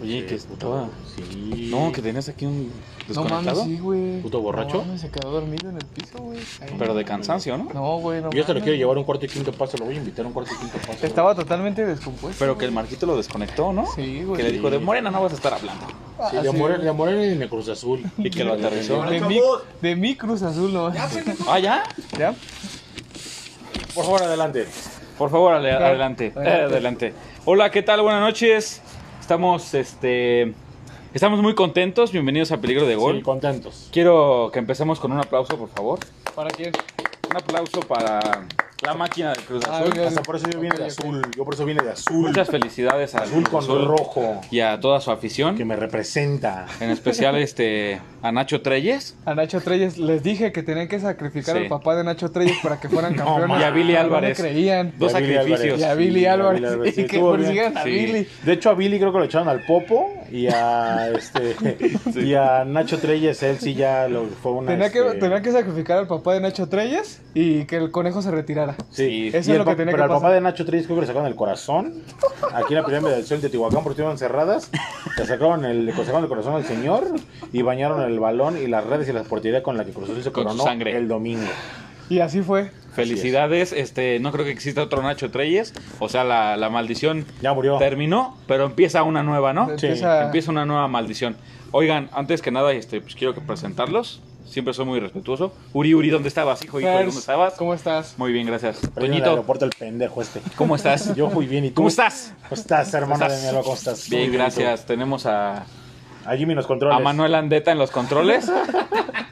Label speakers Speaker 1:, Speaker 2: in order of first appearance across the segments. Speaker 1: Oye,
Speaker 2: Sí,
Speaker 1: que
Speaker 2: puto,
Speaker 1: estaba.
Speaker 2: Este, Sí.
Speaker 1: No, que tenías aquí un
Speaker 3: No mames,
Speaker 1: desconectado.
Speaker 3: sí, güey.
Speaker 2: ¿Puto borracho?
Speaker 3: No mames, se quedó dormido en el piso, güey. Ahí.
Speaker 1: pero de cansancio, ¿no?
Speaker 3: No, güey, no
Speaker 2: Yo se lo
Speaker 3: mames.
Speaker 2: quiero llevar a un cuarto y quinto paso, lo voy a invitar a un cuarto y quinto paso.
Speaker 3: Estaba totalmente descompuesto.
Speaker 1: Pero que el Marquito lo desconectó, ¿no?
Speaker 3: Sí,
Speaker 2: pues
Speaker 3: güey.
Speaker 1: Que le dijo, de Morena no vas a estar hablando.
Speaker 3: Ah,
Speaker 2: Sí, de
Speaker 3: sí,
Speaker 2: Morel,
Speaker 3: güey.
Speaker 2: de Morel y de Cruz Azul.
Speaker 1: Y que lo aterrizó.
Speaker 3: De mi, de mi Cruz Azul, no mames.
Speaker 1: ¿Ah, ya?
Speaker 3: ¿Ya?
Speaker 2: Por favor, adelante.
Speaker 1: Por favor, ale- adelante. Eh,
Speaker 3: Adelante.
Speaker 1: adelante. Hola, ¿qué tal? Buenas noches. Estamos, este. Estamos muy contentos. Bienvenidos a Peligro de Gol.
Speaker 2: Sí, contentos.
Speaker 1: Quiero que empecemos con un aplauso, por favor.
Speaker 3: ¿Para quién?
Speaker 1: Un aplauso para la máquina de Cruz
Speaker 3: Ah,
Speaker 1: Azul.
Speaker 3: bien.
Speaker 2: Hasta por eso yo vine de
Speaker 3: Ok, ok.
Speaker 2: azul. Yo por eso vine de azul.
Speaker 1: Muchas felicidades a
Speaker 2: Azul con rojo.
Speaker 1: y a toda su afición.
Speaker 2: Que me representa.
Speaker 1: En especial este a Nacho Treyes
Speaker 3: A Nacho Treyes. Les dije que tenían que sacrificar
Speaker 1: Sí.
Speaker 3: al papá de Nacho Treyes para que fueran campeones.
Speaker 2: mames.
Speaker 1: y a Billy
Speaker 3: No me
Speaker 1: Álvarez.
Speaker 3: creían.
Speaker 1: Dos
Speaker 2: Y a Billy
Speaker 1: sacrificios.
Speaker 2: Álvarez.
Speaker 3: Y a Billy
Speaker 2: Sí,
Speaker 3: Álvarez.
Speaker 2: Billy Álvarez,
Speaker 3: Y
Speaker 2: sí,
Speaker 3: que
Speaker 2: estuvo bien.
Speaker 3: persiguieran a
Speaker 1: Sí.
Speaker 3: Billy.
Speaker 2: De hecho, a Billy creo que lo echaron al Popo y a este y a Nacho Treyes, él sí ya lo fue una.
Speaker 3: Tenía que,
Speaker 2: este,
Speaker 3: tenía que sacrificar al papá de Nacho Treyes y que el conejo se retirara.
Speaker 1: Sí.
Speaker 2: Sí,
Speaker 3: Eso es
Speaker 2: Y el
Speaker 3: lo que
Speaker 2: pa-
Speaker 3: tenía
Speaker 2: pero
Speaker 3: que
Speaker 2: al papá
Speaker 3: pasar.
Speaker 2: de Nacho Treyes creo que le sacaron el corazón. Aquí en la primera edición de Tihuacán porque estuvieron cerradas. Le sacaron el, le sacaron el corazón al señor y bañaron el balón y las redes y las porterías con la que Cruz Azul se
Speaker 1: Con su
Speaker 2: coronó
Speaker 1: sangre.
Speaker 2: el domingo.
Speaker 3: Y así fue.
Speaker 1: Felicidades, este, no creo que exista otro Nacho Treyes, o sea, la, la maldición
Speaker 2: Ya murió.
Speaker 1: terminó, pero empieza una nueva, ¿no?
Speaker 2: Sí.
Speaker 3: Empieza-
Speaker 1: Empieza una nueva maldición. Oigan, antes que nada, este, pues quiero que presentarlos, siempre soy muy respetuoso. Uri, Uri, ¿dónde estabas, hijo, hijo,
Speaker 2: Pues,
Speaker 3: Fers,
Speaker 1: ¿dónde estabas?
Speaker 3: ¿Cómo estás?
Speaker 1: Muy bien, gracias.
Speaker 2: Pero en el
Speaker 1: Toñito,
Speaker 2: aeropuerto el pendejo este.
Speaker 1: ¿cómo estás?
Speaker 2: Yo fui bien y tú.
Speaker 1: ¿Cómo estás?
Speaker 2: ¿Cómo estás, hermano
Speaker 1: ¿Cómo estás?
Speaker 2: de Melo? ¿Cómo estás?
Speaker 1: Bien,
Speaker 2: Muy tú.
Speaker 1: gracias. Tenemos a,
Speaker 2: A Jimmy nos
Speaker 1: a
Speaker 2: controla.
Speaker 1: Manuel Andeta en los controles.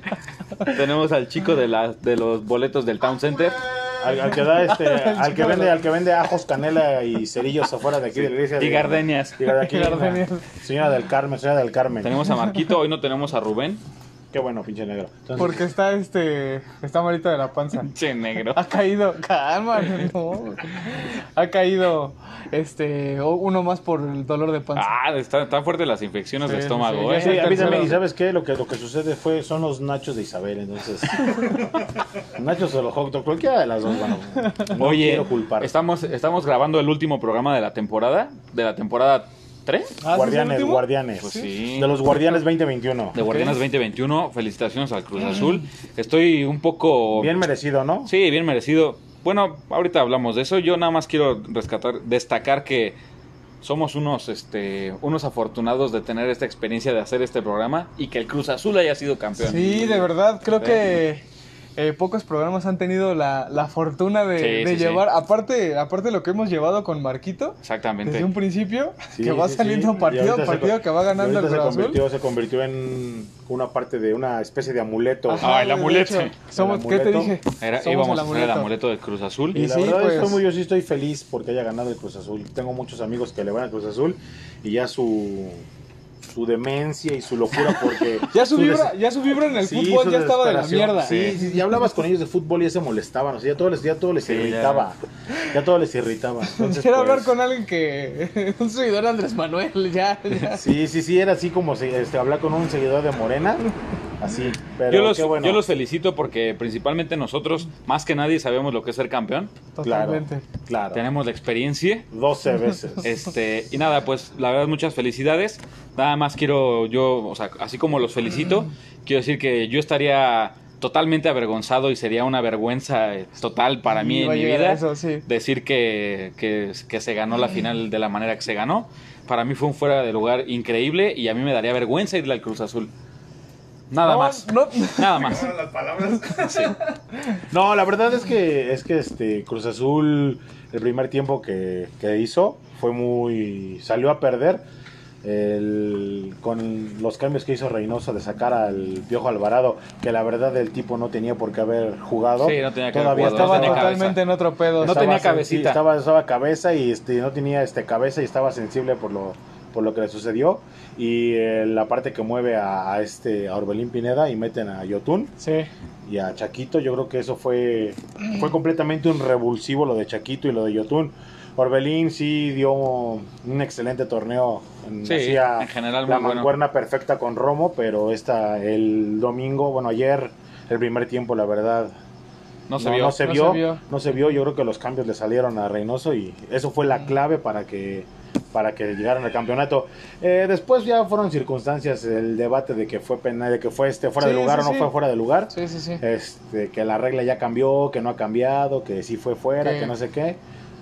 Speaker 1: Tenemos al chico de, la, de los boletos del Town Center.
Speaker 2: Al, al que da este, al que
Speaker 3: chico de
Speaker 2: vende,
Speaker 3: la-
Speaker 2: al que vende ajos, canela y cerillos afuera de aquí de la iglesia.
Speaker 1: Y
Speaker 2: de-
Speaker 1: gardenias.
Speaker 2: y de aquí,
Speaker 3: Y gardenias.
Speaker 2: una- Señora del Carmen, señora del Carmen.
Speaker 1: Tenemos a Marquito, hoy no tenemos a Rubén.
Speaker 2: Qué bueno, pinche negro. Entonces,
Speaker 3: Porque está este. Está malita de la panza.
Speaker 1: Che, negro.
Speaker 3: Ha caído. Calma, no. Ha caído este. o- Uno más por el dolor de panza.
Speaker 1: Ah, están tan fuertes las infecciones de
Speaker 3: Sí, sí,
Speaker 1: estómago,
Speaker 3: sí,
Speaker 1: ¿eh?
Speaker 3: ya-
Speaker 2: Sí, a mí
Speaker 3: tercero.
Speaker 2: también, y sabes qué, lo que, lo que sucede fue, son los nachos de Isabel, entonces. nachos o los hot dog, cualquiera de las dos, bueno. no
Speaker 1: Oye,
Speaker 2: quiero culpar.
Speaker 1: estamos, estamos grabando el último programa de la temporada, de la temporada 3,
Speaker 3: Ah, ¿sí es el
Speaker 2: guardianes,
Speaker 3: último?
Speaker 2: guardianes.
Speaker 1: Pues sí.
Speaker 2: De los guardianes 2021.
Speaker 1: de Guardianes 2021. Felicitaciones al Cruz Azul. Estoy un poco...
Speaker 2: Bien merecido, ¿no?
Speaker 1: Sí, bien merecido. Bueno, ahorita hablamos de eso. Yo nada más quiero rescatar, destacar que somos unos, este, unos afortunados de tener esta experiencia de hacer este programa y que el Cruz Azul haya sido campeón.
Speaker 3: Sí, de verdad, creo que eh, pocos programas han tenido la, la fortuna de,
Speaker 1: Sí,
Speaker 3: de
Speaker 1: sí, sí.
Speaker 3: llevar, aparte aparte lo que hemos llevado con Marquito,
Speaker 1: Exactamente.
Speaker 3: desde un principio,
Speaker 2: Sí,
Speaker 3: que va
Speaker 2: sí, sí.
Speaker 3: saliendo
Speaker 2: Y
Speaker 3: partido
Speaker 2: ahorita
Speaker 3: a
Speaker 2: se
Speaker 3: partido,
Speaker 2: co-
Speaker 3: que va ganando el
Speaker 2: ahorita
Speaker 3: Cruz
Speaker 2: se
Speaker 3: Azul.
Speaker 2: convirtió, se convirtió en una parte de una especie de amuleto.
Speaker 3: Ajá,
Speaker 1: Ah, el
Speaker 3: güey, de
Speaker 1: amuleto.
Speaker 3: hecho, Somos,
Speaker 2: El
Speaker 3: ¿Qué te
Speaker 2: amuleto.
Speaker 3: dije?
Speaker 1: Era-
Speaker 3: Somos
Speaker 1: íbamos a hacer el amuleto del Cruz Azul.
Speaker 2: Y
Speaker 3: Y
Speaker 2: la
Speaker 3: sí,
Speaker 2: verdad
Speaker 3: pues.
Speaker 2: estoy muy, yo sí estoy feliz porque haya ganado el Cruz Azul. Tengo muchos amigos que le van al Cruz Azul y ya su su demencia y su locura porque
Speaker 3: Ya su,
Speaker 2: des-
Speaker 3: vibra, ya su vibra en el
Speaker 2: sí, su
Speaker 3: fútbol ya estaba de la
Speaker 2: desesperación.
Speaker 3: mierda.
Speaker 2: Sí, sí, ya hablabas con ellos de fútbol y ya se molestaban, o sea, ya todo les ya todo les
Speaker 1: Sí, ya.
Speaker 2: irritaba. Ya. todo les irritaba. Entonces,
Speaker 3: Quisiera
Speaker 2: pues,
Speaker 3: hablar con alguien que... un seguidor de Andrés Manuel, ya. ya.
Speaker 2: Sí, sí, sí, era así como se, este, hablar con un seguidor de Morena, así, pero
Speaker 1: yo, los,
Speaker 2: qué bueno.
Speaker 1: yo los felicito porque principalmente nosotros, más que nadie, sabemos lo que es ser campeón.
Speaker 3: Totalmente.
Speaker 2: Claro, claro.
Speaker 1: Tenemos la experiencia.
Speaker 2: 12 veces.
Speaker 1: Este, y nada, pues la verdad, muchas felicidades. Nada más quiero yo, o sea, así como los felicito,
Speaker 3: Mm.
Speaker 1: quiero decir que yo estaría totalmente avergonzado y sería una vergüenza eh, total para
Speaker 3: Y
Speaker 1: mí en
Speaker 3: va a
Speaker 1: mi
Speaker 3: llegar
Speaker 1: vida
Speaker 3: a eso, sí.
Speaker 1: decir que, que- que se ganó la final de la manera que se ganó. Para mí fue un fuera de lugar increíble y a mí me daría vergüenza irle al Cruz Azul. Nada
Speaker 3: No,
Speaker 1: más.
Speaker 3: no-
Speaker 1: Nada más.
Speaker 4: Las palabras.
Speaker 2: No, la verdad es que es que este Cruz Azul el primer tiempo que, que hizo fue muy salió a perder el- con los cambios que hizo Reynoso de sacar al Piojo Alvarado que la verdad el tipo no tenía por qué haber jugado
Speaker 1: Sí, no tenía que haber
Speaker 2: Todavía
Speaker 1: jugado,
Speaker 3: Estaba
Speaker 1: tenía cabeza.
Speaker 3: totalmente en otro pedo.
Speaker 1: No
Speaker 2: estaba
Speaker 1: tenía
Speaker 2: sen-
Speaker 1: cabecita.
Speaker 2: sí, estaba, estaba cabeza y este, no tenía este cabeza y estaba sensible por lo, por lo que le sucedió. Y eh, la parte que mueve a, a este a Orbelín Pineda y meten a Yotun
Speaker 3: Sí.
Speaker 2: y a Chaquito, yo creo que eso fue, fue completamente un revulsivo lo de Chaquito y lo de Yotun. Orbelín sí dio un excelente torneo. en-
Speaker 1: Sí,
Speaker 2: hacía
Speaker 1: en general
Speaker 2: la
Speaker 1: muy bueno.
Speaker 2: mancuerna perfecta con Romo, pero esta, el domingo, bueno, ayer, el primer tiempo, la verdad,
Speaker 1: No se vio.
Speaker 2: se
Speaker 3: No
Speaker 2: vio,
Speaker 3: se vio. Mm.
Speaker 2: no se vio. Yo creo que los cambios le salieron a Reynoso y eso fue la clave para que para que llegaran al campeonato. Eh, después ya fueron circunstancias el debate de que fue penal, de que fue este fuera
Speaker 3: Sí,
Speaker 2: de lugar
Speaker 3: sí,
Speaker 2: o no
Speaker 3: sí.
Speaker 2: fue fuera de lugar.
Speaker 3: Sí, sí, sí.
Speaker 2: Este, que la regla ya cambió, que no ha cambiado, que sí fue fuera,
Speaker 3: Sí.
Speaker 2: que no sé qué.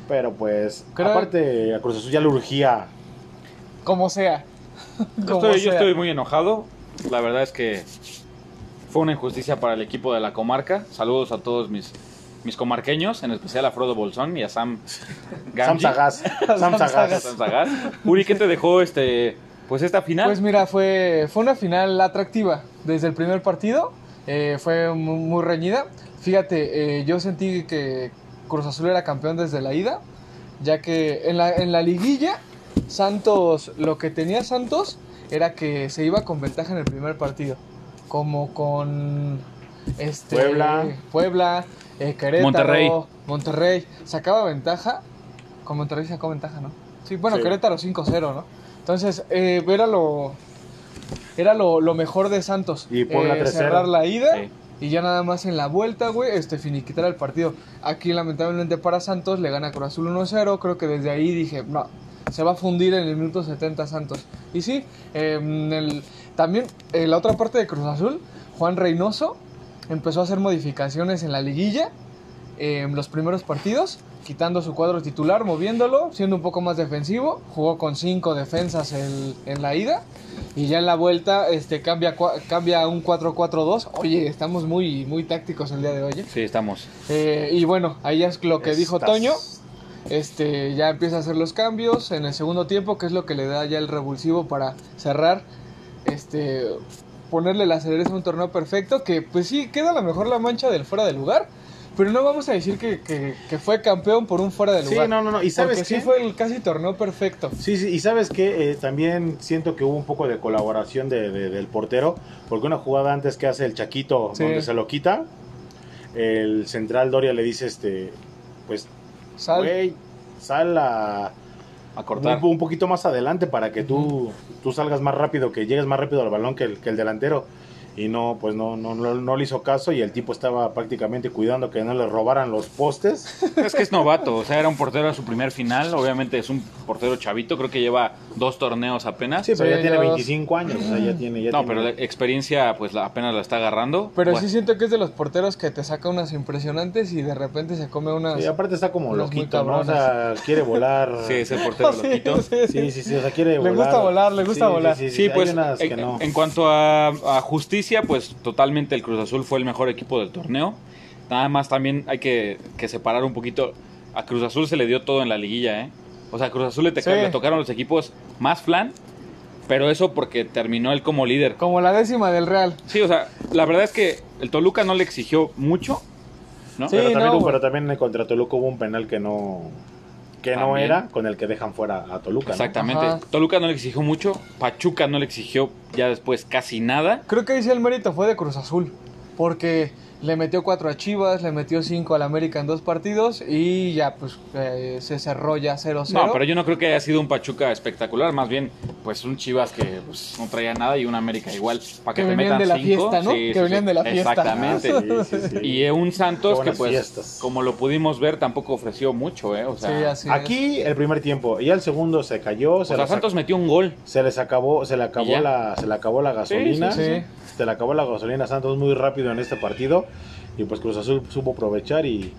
Speaker 2: Pero pues,
Speaker 3: Creo-
Speaker 2: aparte, a Cruz Azul ya le urgía.
Speaker 3: Como sea.
Speaker 1: Yo
Speaker 3: Como
Speaker 1: estoy, yo
Speaker 3: sea.
Speaker 1: estoy muy enojado. La verdad es que fue una injusticia para el equipo de la comarca. Saludos a todos mis, mis comarqueños, en especial a Frodo Bolsón y a Sam
Speaker 2: Sam
Speaker 1: Gamgee.
Speaker 2: Sagaz. Sam
Speaker 3: Sam
Speaker 2: Sagaz.
Speaker 3: Sagaz.
Speaker 1: Sam Sagaz. Uri, ¿qué te dejó este, pues esta final?
Speaker 3: Pues mira, fue, fue una final atractiva. Desde el primer partido eh, fue mu- muy, reñida. Fíjate, eh, yo sentí que Cruz Azul era campeón desde la ida, ya que en la, en la liguilla, Santos, lo que tenía Santos era que se iba con ventaja en el primer partido, como con este,
Speaker 2: Puebla.
Speaker 3: Puebla eh, Querétaro,
Speaker 1: Monterrey.
Speaker 3: Monterrey. Sacaba ventaja. Con Monterrey sacó ventaja, ¿no? Sí, bueno,
Speaker 2: Sí.
Speaker 3: Querétaro 5-0, ¿no? Entonces, eh, era lo. Era lo, lo mejor de Santos.
Speaker 2: Y Puebla
Speaker 3: Eh,
Speaker 2: 3-0.
Speaker 3: cerrar la ida
Speaker 1: Sí.
Speaker 3: y ya nada más en la vuelta, güey, este, finiquitar el partido. Aquí, lamentablemente para Santos, le gana Cruz Azul 1-0. Creo que desde ahí dije, no, se va a fundir en el minuto 70 Santos. Y sí, eh, en el- también en la otra parte de Cruz Azul, Juan Reynoso empezó a hacer modificaciones en la liguilla, eh, en los primeros partidos, quitando su cuadro titular, moviéndolo, siendo un poco más defensivo. Jugó con cinco defensas el- en la ida. Y ya en la vuelta este, cambia, cua- cambia a un 4-4-2. Oye, estamos muy, muy tácticos el día de hoy. ¿eh?
Speaker 1: Sí, estamos.
Speaker 3: Eh, y bueno, ahí es lo que dijo
Speaker 2: Estás-
Speaker 3: Toño. Este, ya empieza a hacer los cambios en el segundo tiempo, que es lo que le da ya el revulsivo para cerrar. Este, ponerle las aceleración a un torneo perfecto, que pues sí, queda a lo mejor la mancha del fuera de lugar. Pero no vamos a decir que, que- que fue campeón por un fuera de
Speaker 2: Sí,
Speaker 3: lugar.
Speaker 2: no, no, no. ¿Y sabes
Speaker 3: porque
Speaker 2: qué?
Speaker 3: sí fue el casi torneo perfecto.
Speaker 2: Sí, sí, y sabes que también siento que hubo un poco de colaboración de- de- del portero, porque una jugada antes que hace el Chaquito,
Speaker 3: Sí.
Speaker 2: donde se lo quita, el central Doria le dice, este, pues,
Speaker 3: Sal.
Speaker 2: güey, sal a,
Speaker 1: A cortar.
Speaker 2: un, un poquito más adelante para que tú, tú salgas más rápido, que llegues más rápido al balón que el, que el delantero. Y no, pues no, no, no, no le hizo caso y el tipo estaba prácticamente cuidando que no le robaran los postes.
Speaker 1: Es que es novato, o sea, era un portero a su primer final. Obviamente es un portero chavito, creo que lleva dos torneos apenas.
Speaker 2: Sí, pero ya
Speaker 3: Sí,
Speaker 2: tiene
Speaker 3: ya-
Speaker 2: 25 años, o sea, ya tiene... Ya
Speaker 1: No, pero
Speaker 2: tiene-
Speaker 1: la experiencia, pues la- apenas la está agarrando.
Speaker 3: Pero
Speaker 1: Bueno,
Speaker 3: sí siento que es de los porteros que te saca unas impresionantes y de repente se come unas.
Speaker 2: Sí, aparte está como
Speaker 3: Unos muy
Speaker 2: loquito, ¿no? O sea, quiere volar.
Speaker 1: sí, ese portero
Speaker 3: Sí,
Speaker 1: loquito.
Speaker 3: sí, sí.
Speaker 2: Sí, sí, sí, o sea, quiere
Speaker 3: Le
Speaker 2: volar.
Speaker 3: gusta volar, le gusta
Speaker 2: Sí, sí,
Speaker 3: volar.
Speaker 2: Sí, sí,
Speaker 1: Sí,
Speaker 2: hay
Speaker 1: pues
Speaker 2: unas que
Speaker 1: en,
Speaker 2: no.
Speaker 1: en cuanto a, a justicia, pues totalmente el Cruz Azul fue el mejor equipo del torneo. Nada más también hay que, que separar un poquito. A Cruz Azul se le dio todo en la liguilla, ¿eh? O sea, a Cruz Azul le, toca-
Speaker 3: Sí.
Speaker 1: le tocaron los equipos más flan, pero eso porque terminó él como líder.
Speaker 3: Como la décima del Real.
Speaker 1: Sí, o sea, la verdad es que el Toluca no le exigió mucho, ¿no?
Speaker 3: Sí,
Speaker 2: pero, también,
Speaker 3: no, güey.
Speaker 2: pero también contra Toluca hubo un penal que no que no
Speaker 1: También.
Speaker 2: era con el que dejan fuera a Toluca. ¿no?
Speaker 1: Exactamente.
Speaker 3: Ajá.
Speaker 1: Toluca no le exigió mucho, Pachuca no le exigió ya después casi nada.
Speaker 3: Creo que ahí sí el mérito fue de Cruz Azul. Porque le metió cuatro a Chivas, le metió cinco al América en dos partidos y ya pues eh, se cerró ya 0-0.
Speaker 1: No, pero yo no creo que haya sido un Pachuca espectacular, más bien pues un Chivas que pues, no traía nada y un América igual, para que,
Speaker 3: Que
Speaker 1: te metan
Speaker 3: venían de la
Speaker 1: cinco.
Speaker 3: fiesta, ¿no?
Speaker 1: Sí,
Speaker 3: Que
Speaker 1: sí,
Speaker 3: venían
Speaker 1: sí.
Speaker 3: de la fiesta.
Speaker 1: Exactamente.
Speaker 2: Ah, sí, sí, sí.
Speaker 1: Y un Santos
Speaker 2: Qué
Speaker 1: que
Speaker 2: buenas
Speaker 1: pues
Speaker 2: fiestas.
Speaker 1: como lo pudimos ver tampoco ofreció mucho, eh, o sea,
Speaker 3: Sí, así es.
Speaker 2: Aquí el primer tiempo y el segundo se cayó,
Speaker 1: o
Speaker 2: se,
Speaker 1: sea,
Speaker 2: les, ac-
Speaker 1: Santos metió un gol.
Speaker 2: se les acabó, se le
Speaker 1: ¿Y ya?
Speaker 2: acabó la se le acabó la gasolina.
Speaker 3: sí, sí.
Speaker 2: Se le acabó la gasolina a Santos muy rápido en este partido y pues Cruz Azul supo aprovechar y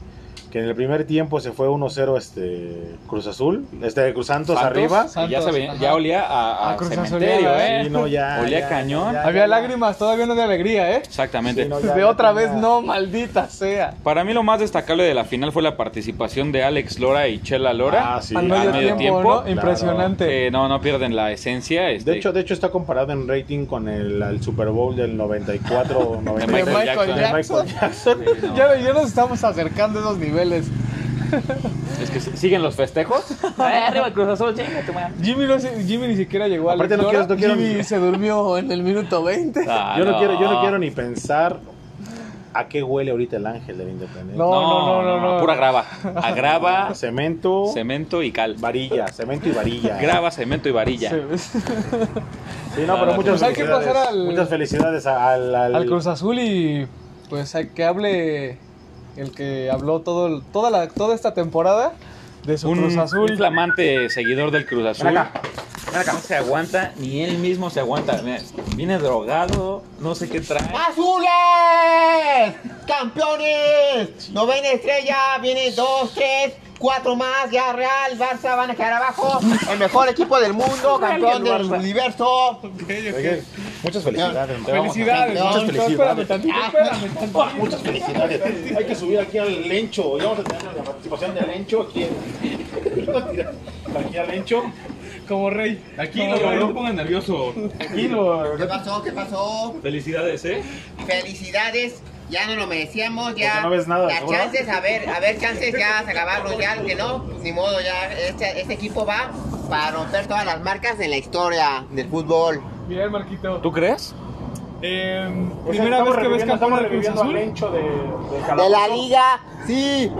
Speaker 2: que en el primer tiempo se fue 1-0 este Cruz Azul, este Cruz Santos,
Speaker 1: Santos,
Speaker 2: arriba.
Speaker 1: y ya, se
Speaker 3: Santos,
Speaker 1: ve-
Speaker 3: ajá.
Speaker 1: ya olía a, a
Speaker 3: A Cruz
Speaker 1: cementerio,
Speaker 3: Azuleada,
Speaker 1: eh.
Speaker 2: Sí, no, ya,
Speaker 1: olía
Speaker 2: ya,
Speaker 1: cañón.
Speaker 2: ya,
Speaker 3: Había
Speaker 2: ya.
Speaker 3: lágrimas, todavía no de alegría, ¿eh?
Speaker 1: Exactamente.
Speaker 2: Sí, no, ya,
Speaker 3: De
Speaker 2: ya
Speaker 3: otra vez
Speaker 2: tenía-
Speaker 3: no, maldita sea.
Speaker 1: Para mí lo más destacable de la final fue la participación de Alex Lora y Chela Lora.
Speaker 2: Ah, sí.
Speaker 3: Al medio,
Speaker 1: al medio
Speaker 3: tiempo,
Speaker 1: tiempo,
Speaker 3: ¿no?
Speaker 1: claro.
Speaker 3: Impresionante.
Speaker 1: Eh, no, no pierden la esencia. este,
Speaker 2: De hecho, de hecho está comparado en rating con el, al Super Bowl del 94
Speaker 1: De
Speaker 3: de
Speaker 2: 93
Speaker 1: Michael
Speaker 3: Michael,
Speaker 1: Jackson.
Speaker 2: de
Speaker 3: Jackson.
Speaker 2: Michael Jackson.
Speaker 1: sí, no.
Speaker 3: Ya, ya nos estamos acercando a esos niveles.
Speaker 1: Es que s- siguen los festejos. Ay, Arriba Cruz Azul, chinga tu madre.
Speaker 3: Jimmy, no se- Jimmy ni siquiera llegó a la
Speaker 2: Aparte no
Speaker 3: hora.
Speaker 2: quiero- no quiero
Speaker 3: Jimmy
Speaker 2: ni-
Speaker 3: se durmió en el minuto 20.
Speaker 1: Ah,
Speaker 2: Yo no quiero, yo no quiero ni pensar a qué huele ahorita el ángel de la independencia.
Speaker 3: No. no, no, no.
Speaker 1: Pura grava. A grava,
Speaker 2: Cemento,
Speaker 1: cemento y cal.
Speaker 2: varilla, cemento y varilla.
Speaker 1: Grava, cemento y varilla.
Speaker 3: Se-
Speaker 2: Sí, no, pero
Speaker 1: No,
Speaker 2: muchas
Speaker 1: pues hay
Speaker 3: que
Speaker 2: felicidades.
Speaker 3: pasar al-
Speaker 2: Muchas felicidades a- al, al-
Speaker 3: al Cruz Azul y pues hay que hable el que habló todo el- toda la toda esta temporada de su
Speaker 1: un,
Speaker 3: Cruz
Speaker 1: un
Speaker 3: Azul.
Speaker 1: flamante seguidor del Cruz Azul.
Speaker 2: Ven acá,
Speaker 1: No se aguanta, ni él mismo se aguanta. Mira, Viene drogado, no sé qué trae.
Speaker 4: ¡Azules! ¡Campeones! Novena estrella, vienen dos, tres, cuatro más. Ya Real, Barça van a caer abajo. El mejor equipo del mundo, campeón del universo.
Speaker 2: Oye, Muchas felicidades. ¿no?
Speaker 3: Felicidades, muchas
Speaker 4: Muchas felicidades.
Speaker 3: Espérame tantito,
Speaker 1: Ah,
Speaker 3: espérame tantito.
Speaker 2: Muchas felicidades. Hay que subir aquí al Lencho. Ya vamos a tener la participación de Lencho aquí. en- Aquí al Lencho.
Speaker 3: Como rey.
Speaker 1: Aquí
Speaker 3: Como rey.
Speaker 1: pongan nervioso.
Speaker 2: Aquí lo.
Speaker 4: ¿Qué pasó? ¿Qué pasó?
Speaker 1: Felicidades, ¿eh?
Speaker 4: Felicidades. Ya no lo merecíamos,
Speaker 2: Porque
Speaker 4: ya.
Speaker 2: no ves nada,
Speaker 4: Las
Speaker 2: ¿seguro?
Speaker 4: chances, a ver, a ver, chances ya se acabaron, ya el que no, pues, ni modo, ya. Este, este equipo va para romper todas las marcas de la historia del fútbol.
Speaker 3: Bien, Marquito.
Speaker 1: ¿Tú crees?
Speaker 3: Eh,
Speaker 2: Pues
Speaker 3: primera
Speaker 2: estamos
Speaker 3: vez que ves
Speaker 2: reviviendo-
Speaker 3: campeón
Speaker 2: estamos
Speaker 3: al Cruz
Speaker 2: reviviendo al
Speaker 3: Azul.
Speaker 2: Lencho de, del
Speaker 4: De la
Speaker 2: calabozo.
Speaker 4: liga, sí.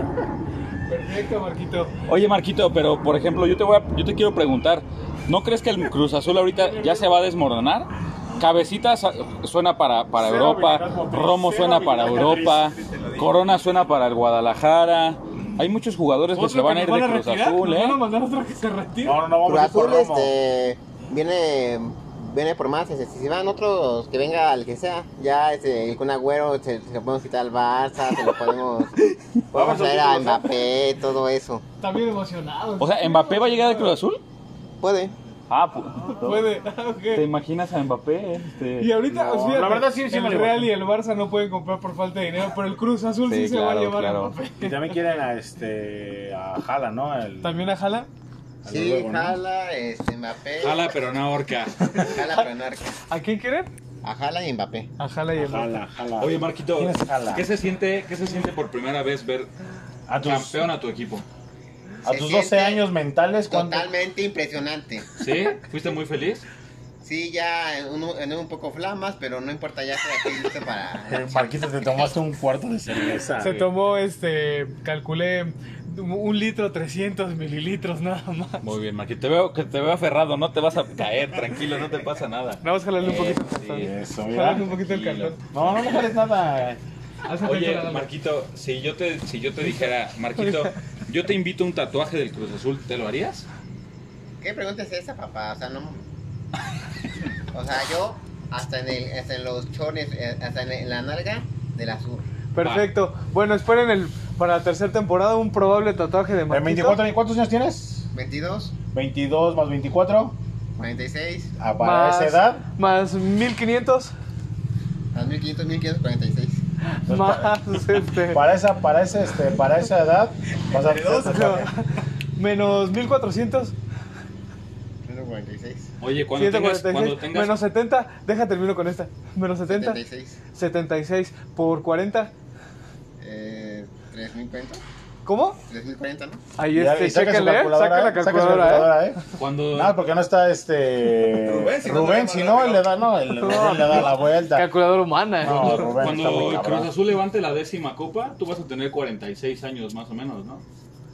Speaker 3: Perfecto, Marquito.
Speaker 1: Oye, Marquito, pero por ejemplo, yo te, voy a- yo te quiero preguntar: ¿no crees que el Cruz Azul ahorita ya se va a desmoronar? Cabecita sa- suena para, para
Speaker 2: Cero
Speaker 1: Europa,
Speaker 2: habilidad motriz,
Speaker 1: Romo
Speaker 2: cero
Speaker 1: suena para
Speaker 2: habilidad
Speaker 1: Europa,
Speaker 2: motriz, te lo digo.
Speaker 1: Corona suena para el Guadalajara. Hay muchos jugadores que se
Speaker 3: Otro
Speaker 1: van a
Speaker 3: que
Speaker 1: ir
Speaker 3: nos
Speaker 1: de Cruz
Speaker 3: retirar,
Speaker 1: Azul,
Speaker 3: nos
Speaker 1: ¿eh?
Speaker 3: van a mandar otro que se retire.
Speaker 2: No, no, no,
Speaker 4: Cruz
Speaker 2: vamos a ir por
Speaker 4: Azul
Speaker 2: Romo.
Speaker 4: este, viene, viene por más. este, si van otros, que venga el que sea. Ya este, el Kun Agüero se, se lo podemos quitar al Barça, se lo podemos,
Speaker 2: Vamos a
Speaker 4: podemos
Speaker 2: otro Cruz
Speaker 4: traer a
Speaker 2: Azul.
Speaker 4: Mbappé, todo eso.
Speaker 3: Está bien emocionado.
Speaker 1: O sea, ¿Mbappé va a llegar al Cruz Azul?
Speaker 4: Puede.
Speaker 1: Ah, pu-
Speaker 3: Puede. Ah, ok.
Speaker 1: ¿Te imaginas a Mbappé? Este...
Speaker 3: Y ahorita,
Speaker 2: No,
Speaker 3: fíjate,
Speaker 2: la verdad sí, sí me
Speaker 3: el
Speaker 2: lo
Speaker 3: Real
Speaker 2: imagino.
Speaker 3: y el Barça no pueden comprar por falta de dinero, pero el Cruz Azul sí,
Speaker 1: Sí,
Speaker 3: se va a
Speaker 1: claro,
Speaker 3: llevar
Speaker 1: claro.
Speaker 3: a Mbappé.
Speaker 2: Y también quieren a este. a Jala, ¿no? El-
Speaker 3: ¿También a Jala?
Speaker 2: al
Speaker 4: Sí,
Speaker 2: noruego, ¿no?
Speaker 4: Jala, este, Mbappé.
Speaker 1: Jala, pero no ahorca.
Speaker 4: Jala para narca.
Speaker 3: ¿A quién quieren?
Speaker 4: A Jala y Mbappé.
Speaker 3: A Jala y el Barça.
Speaker 2: Jala, jala.
Speaker 1: Oye, Marquito,
Speaker 2: ¿Quién es Jala?
Speaker 1: ¿qué se siente, qué se siente por primera vez ver
Speaker 2: a tus,
Speaker 1: campeón a tu equipo?
Speaker 2: a
Speaker 4: Se
Speaker 2: tus
Speaker 4: siente
Speaker 2: 12 años mentales, ¿cuánto?
Speaker 4: Totalmente impresionante.
Speaker 1: ¿Sí? ¿Fuiste muy feliz?
Speaker 4: Sí, ya en un, en un poco flamas, pero no importa, ya estoy aquí listo para...
Speaker 2: Eh, Marquito, te tomaste un cuarto de cerveza.
Speaker 3: Se tomó, este, calculé, un litro 300 mililitros nada más.
Speaker 1: Muy bien, Marquito. Te veo, que te veo aferrado, no te vas a caer, tranquilo, no te pasa nada.
Speaker 3: Vamos a jalarle un poquito
Speaker 1: Eso,
Speaker 3: el
Speaker 1: sí.
Speaker 3: cartón.
Speaker 2: Eso, mira.
Speaker 3: Jalarle un poquito el
Speaker 1: Tranquilo.
Speaker 3: cartón.
Speaker 2: No, no me jales nada.
Speaker 3: Hazte
Speaker 1: Oye,
Speaker 3: calcular, dale.
Speaker 1: Marquito, si yo te, si yo te dijera, Marquito, yo te invito a un tatuaje del Cruz Azul, ¿te lo harías?
Speaker 4: ¿Qué pregunta es esa, papá? O sea, no. O sea, yo hasta en, el, hasta en los chones, eh, hasta en, la narga del azul.
Speaker 3: Perfecto. Bueno, esperen el, para la tercera temporada un probable tatuaje de
Speaker 2: Eh,
Speaker 3: Marquito.
Speaker 2: 24, ¿Cuántos años tienes?
Speaker 4: 22,
Speaker 2: 22 más 24.
Speaker 4: 46,
Speaker 2: Ah, para esa edad.
Speaker 3: Más 1500.
Speaker 4: más 1500, 1546.
Speaker 3: Más, este...
Speaker 2: Pues Para esa, para ese, este, para esa edad. Vas a
Speaker 3: Menos 1400.
Speaker 4: 146,
Speaker 1: Oye, cuando tengas,
Speaker 3: 146,
Speaker 1: cuando tengas
Speaker 3: menos 70, deja termino con esta. Menos 70,
Speaker 4: 76,
Speaker 3: 76 por 40.
Speaker 4: eh, 3040,
Speaker 3: ¿Cómo?
Speaker 4: 3040, ¿no?
Speaker 3: Ahí
Speaker 2: Ya,
Speaker 3: este,
Speaker 2: y saca su
Speaker 3: chéquenle, ¿eh?
Speaker 2: calculadora,
Speaker 3: saca la
Speaker 2: saca su
Speaker 3: calculadora. ¿eh?
Speaker 2: calculadora, ¿eh?
Speaker 1: cuando
Speaker 2: No, porque no está este.
Speaker 4: Rubén, si no,
Speaker 2: Rubén,
Speaker 4: no
Speaker 2: si
Speaker 4: le
Speaker 2: no,
Speaker 4: va a dar
Speaker 2: él le da, no, él, él le da la vuelta.
Speaker 3: Calculadora humana. ¿eh?
Speaker 2: No, Rubén, está
Speaker 1: Cuando
Speaker 2: muy
Speaker 1: el Cruz
Speaker 2: cabrón.
Speaker 1: Azul levante la décima copa, tú vas a tener 46 años más o menos, ¿no?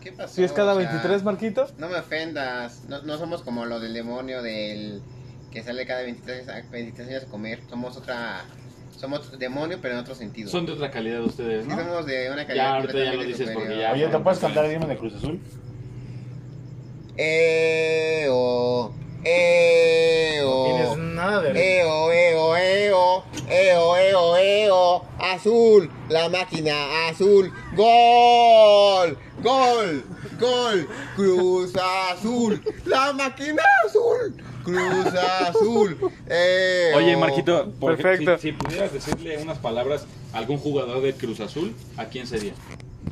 Speaker 4: ¿Qué pasó?
Speaker 3: Si es cada
Speaker 4: O sea,
Speaker 3: 23, Marquito.
Speaker 4: No me ofendas, no, no somos como lo del demonio del que sale cada 23, a- 23 años a comer. Somos otra. Somos demonio, pero en otro sentido.
Speaker 1: Son de otra calidad ustedes,
Speaker 4: Sí,
Speaker 1: ¿no?
Speaker 4: somos de una calidad
Speaker 1: Ya, ahorita ya lo
Speaker 4: completamente
Speaker 1: dices porque
Speaker 4: superior.
Speaker 1: ya-
Speaker 2: Oye, ¿te puedes cantar el himno de Cruz Azul?
Speaker 4: Eo, eo,
Speaker 2: nada
Speaker 4: eo, eo, eo, eo, eo, eo, azul, la máquina, azul, gol, gol, gol, cruz azul, la máquina azul, cruz azul, eo.
Speaker 1: Oye, Marquito, por ej-
Speaker 3: Perfecto.
Speaker 1: Si, si pudieras decirle unas palabras a algún jugador de Cruz Azul, ¿a quién sería?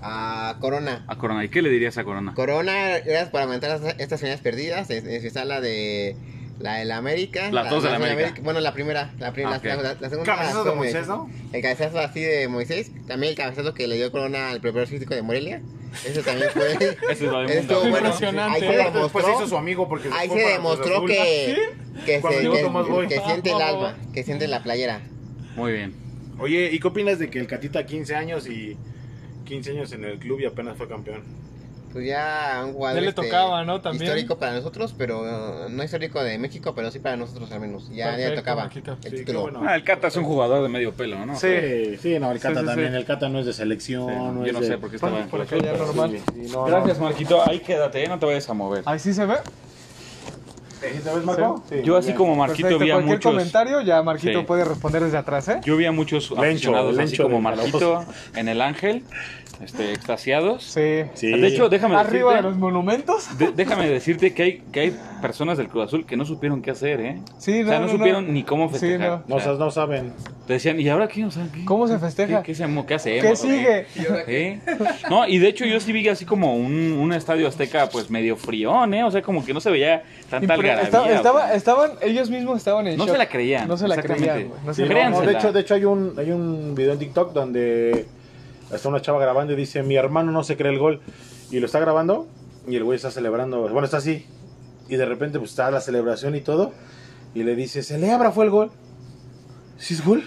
Speaker 4: Ah, Corona.
Speaker 1: A Corona. ¿Y qué le dirías a Corona?
Speaker 4: Corona, gracias por aumentar las- estas finales perdidas. Es, es- está la de la del América.
Speaker 1: Las dos
Speaker 4: la,
Speaker 1: del
Speaker 4: la
Speaker 1: América.
Speaker 4: Bueno, la primera, la primera,
Speaker 1: Ah,
Speaker 4: la-
Speaker 1: ok.
Speaker 4: la, la segunda.
Speaker 2: Cabezazo de
Speaker 4: estuvo muy
Speaker 2: Moisés, ¿no?
Speaker 4: difícil. El cabezazo así de Moisés. También el cabezazo que le dio Corona al primer físico de Morelia. Eso también fue.
Speaker 1: Esa es la de
Speaker 4: eso estuvo
Speaker 1: Munda.
Speaker 4: bueno.
Speaker 3: Impresionante.
Speaker 4: Ahí se demostró,
Speaker 2: amigo porque
Speaker 4: ahí se demostró que, que,
Speaker 2: ¿Ah, Cuando
Speaker 4: se-
Speaker 2: llegó
Speaker 4: que-
Speaker 2: Tomás Boy.
Speaker 4: que
Speaker 3: Ah,
Speaker 4: siente el
Speaker 3: no.
Speaker 4: alma, que siente la playera.
Speaker 1: Muy bien.
Speaker 5: Oye, ¿y qué opinas de que el Catita 15 años y 15 años en el club y apenas fue campeón?
Speaker 4: Pues pues ya un jugador
Speaker 5: Ya le
Speaker 4: este,
Speaker 5: tocaba, ¿no? También.
Speaker 4: histórico para nosotros, pero eh, no histórico de México, pero sí para nosotros al menos. Ya, ya le
Speaker 5: Perfecto,
Speaker 4: tocaba
Speaker 5: Marquito.
Speaker 4: el
Speaker 5: Sí, qué
Speaker 4: título.
Speaker 5: bueno.
Speaker 1: Ah, el Cata es un jugador de medio pelo, ¿no?
Speaker 5: Sí.
Speaker 2: Sí, sí, no, el Cata
Speaker 5: sí,
Speaker 2: también.
Speaker 5: sí.
Speaker 2: El Cata no es de selección. no
Speaker 1: Yo
Speaker 2: es
Speaker 1: no
Speaker 2: de-
Speaker 1: sé por qué estaba en
Speaker 3: Por
Speaker 1: Cruz
Speaker 3: acá
Speaker 1: Azul,
Speaker 3: ya
Speaker 1: pero
Speaker 3: normal.
Speaker 2: Sí, sí, no,
Speaker 1: Gracias,
Speaker 2: no.
Speaker 1: Marquito. Ahí quédate, ¿eh? no te vayas a mover.
Speaker 3: Ahí sí se ve.
Speaker 2: ¿Sí te ves, Marco? Sí,
Speaker 1: Yo
Speaker 2: muy
Speaker 1: así
Speaker 2: bien.
Speaker 1: como Marquito
Speaker 3: Perfecto.
Speaker 1: vi a
Speaker 3: Cualquier
Speaker 1: muchos...
Speaker 3: comentario, ya Marquito
Speaker 1: Sí.
Speaker 3: puede responder desde atrás, ¿eh?
Speaker 1: Yo vi a muchos
Speaker 2: Lencho,
Speaker 1: aficionados así
Speaker 2: Lencho
Speaker 1: como
Speaker 2: del
Speaker 1: Marquito en el Ángel, este, extasiados.
Speaker 3: Sí.
Speaker 2: Sí.
Speaker 1: De hecho, déjame
Speaker 3: Arriba de
Speaker 1: decirte,
Speaker 3: los monumentos.
Speaker 1: de- déjame decirte que hay, que hay personas del Cruz Azul que no supieron qué hacer, ¿eh?
Speaker 3: Sí,
Speaker 1: o sea, no,
Speaker 3: no, no,
Speaker 1: supieron
Speaker 3: no.
Speaker 1: ni cómo
Speaker 3: Sí,
Speaker 1: festejar.
Speaker 3: no.
Speaker 1: O
Speaker 2: No,
Speaker 1: sea,
Speaker 2: sa- no saben.
Speaker 1: te decían, ¿y ahora qué? O sea, ¿qué-
Speaker 3: ¿Cómo se
Speaker 1: qué-
Speaker 3: festeja?
Speaker 1: ¿Qué, qué, hacemos? ¿Qué hacemos?
Speaker 3: ¿Qué sigue?
Speaker 1: ¿Eh? No, y de hecho yo sí vi así como un, un estadio azteca pues medio frión, ¿eh? O sea, como que no se veía tanta
Speaker 3: Impre-
Speaker 1: algarabía.
Speaker 3: estaba-
Speaker 1: o sea,
Speaker 3: estaba- estaban, ellos mismos estaban en
Speaker 1: no
Speaker 3: shock.
Speaker 1: se la creían.
Speaker 3: No se la
Speaker 1: exactamente.
Speaker 3: creían, güey, no se
Speaker 2: Sí,
Speaker 3: la
Speaker 2: no,
Speaker 3: creían.
Speaker 2: no, de
Speaker 1: Créansela.
Speaker 2: hecho, de hecho hay un hay un video en TikTok donde está una chava grabando y dice, "Mi hermano no se cree el gol." Y lo está grabando y el güey está celebrando, bueno, está así. Y de repente pues está la celebración y todo y le dice, "Celebra, fue el gol." ¿Sí es gol?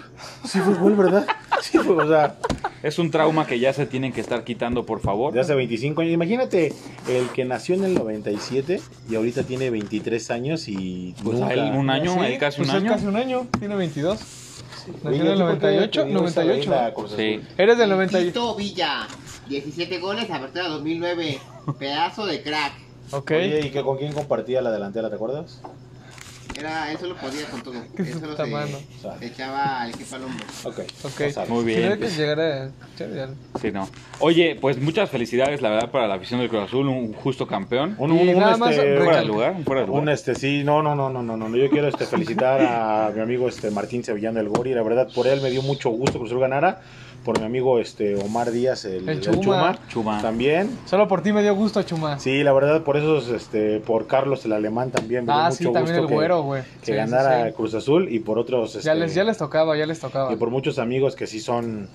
Speaker 2: Sí fue gol, ¿verdad? Sí fue, o sea,
Speaker 1: Es un trauma que ya se tienen que estar quitando, por favor.
Speaker 2: de hace 25 años. Imagínate, el que nació en el 97 y ahorita tiene 23 años y
Speaker 1: Pues
Speaker 2: nunca-
Speaker 1: a él un año,
Speaker 3: Sí,
Speaker 2: eh,
Speaker 1: a él casi
Speaker 3: pues
Speaker 1: un
Speaker 3: es
Speaker 1: año.
Speaker 3: casi un año. Tiene 22.
Speaker 2: Oye,
Speaker 3: Nació en
Speaker 2: ¿tú por
Speaker 3: el
Speaker 2: qué
Speaker 3: 98.
Speaker 2: te digo esa
Speaker 3: 98.
Speaker 2: vaina, Cruz Azul?
Speaker 1: Sí.
Speaker 3: Eres del 98.
Speaker 4: Tito Villa, 17 goles, apertura 2009. Pedazo de crack.
Speaker 3: Ok.
Speaker 2: Oye, ¿y que con quién compartía la delantera, te acuerdas?
Speaker 4: Era, él solo podía con todo.
Speaker 3: Qué
Speaker 4: Él solo
Speaker 3: puta mano.
Speaker 4: se, se echaba al equipo al hombro.
Speaker 2: Ok.
Speaker 3: Ok.
Speaker 2: no sabes.
Speaker 1: Muy
Speaker 3: Si no hay
Speaker 1: bien.
Speaker 3: que
Speaker 2: pues.
Speaker 3: llegar a- sí, ya.
Speaker 1: Sí, no. Oye, pues muchas felicidades, la verdad, para la afición del Cruz Azul, un justo campeón.
Speaker 2: Un,
Speaker 3: Y
Speaker 2: un, un,
Speaker 3: nada más
Speaker 2: este,
Speaker 1: Fuera
Speaker 3: recalca-
Speaker 1: de lugar, fuera de
Speaker 2: un
Speaker 1: lugar.
Speaker 2: este, sí, no, no, no, no, no, no. Yo quiero este, felicitar a mi amigo este Martín Sevillano del Gori. La verdad, por él me dio mucho gusto que Cruz Azul ganara. Por mi amigo este Omar Díaz, el,
Speaker 3: El
Speaker 2: el Chuma,
Speaker 3: Chuma.
Speaker 1: Chuma.
Speaker 2: También.
Speaker 3: Solo por ti me dio gusto, Chuma.
Speaker 2: Sí, la verdad, por esos, este, por Carlos el Alemán también me dio
Speaker 3: ah,
Speaker 2: mucho
Speaker 3: sí, también
Speaker 2: gusto
Speaker 3: el
Speaker 2: que-
Speaker 3: güero, güey.
Speaker 2: que,
Speaker 3: Sí, sí,
Speaker 2: ganara
Speaker 3: sí.
Speaker 2: Cruz Azul y por otros
Speaker 3: Ya
Speaker 2: este,
Speaker 3: les, ya les tocaba, ya les tocaba.
Speaker 2: y por muchos amigos que sí son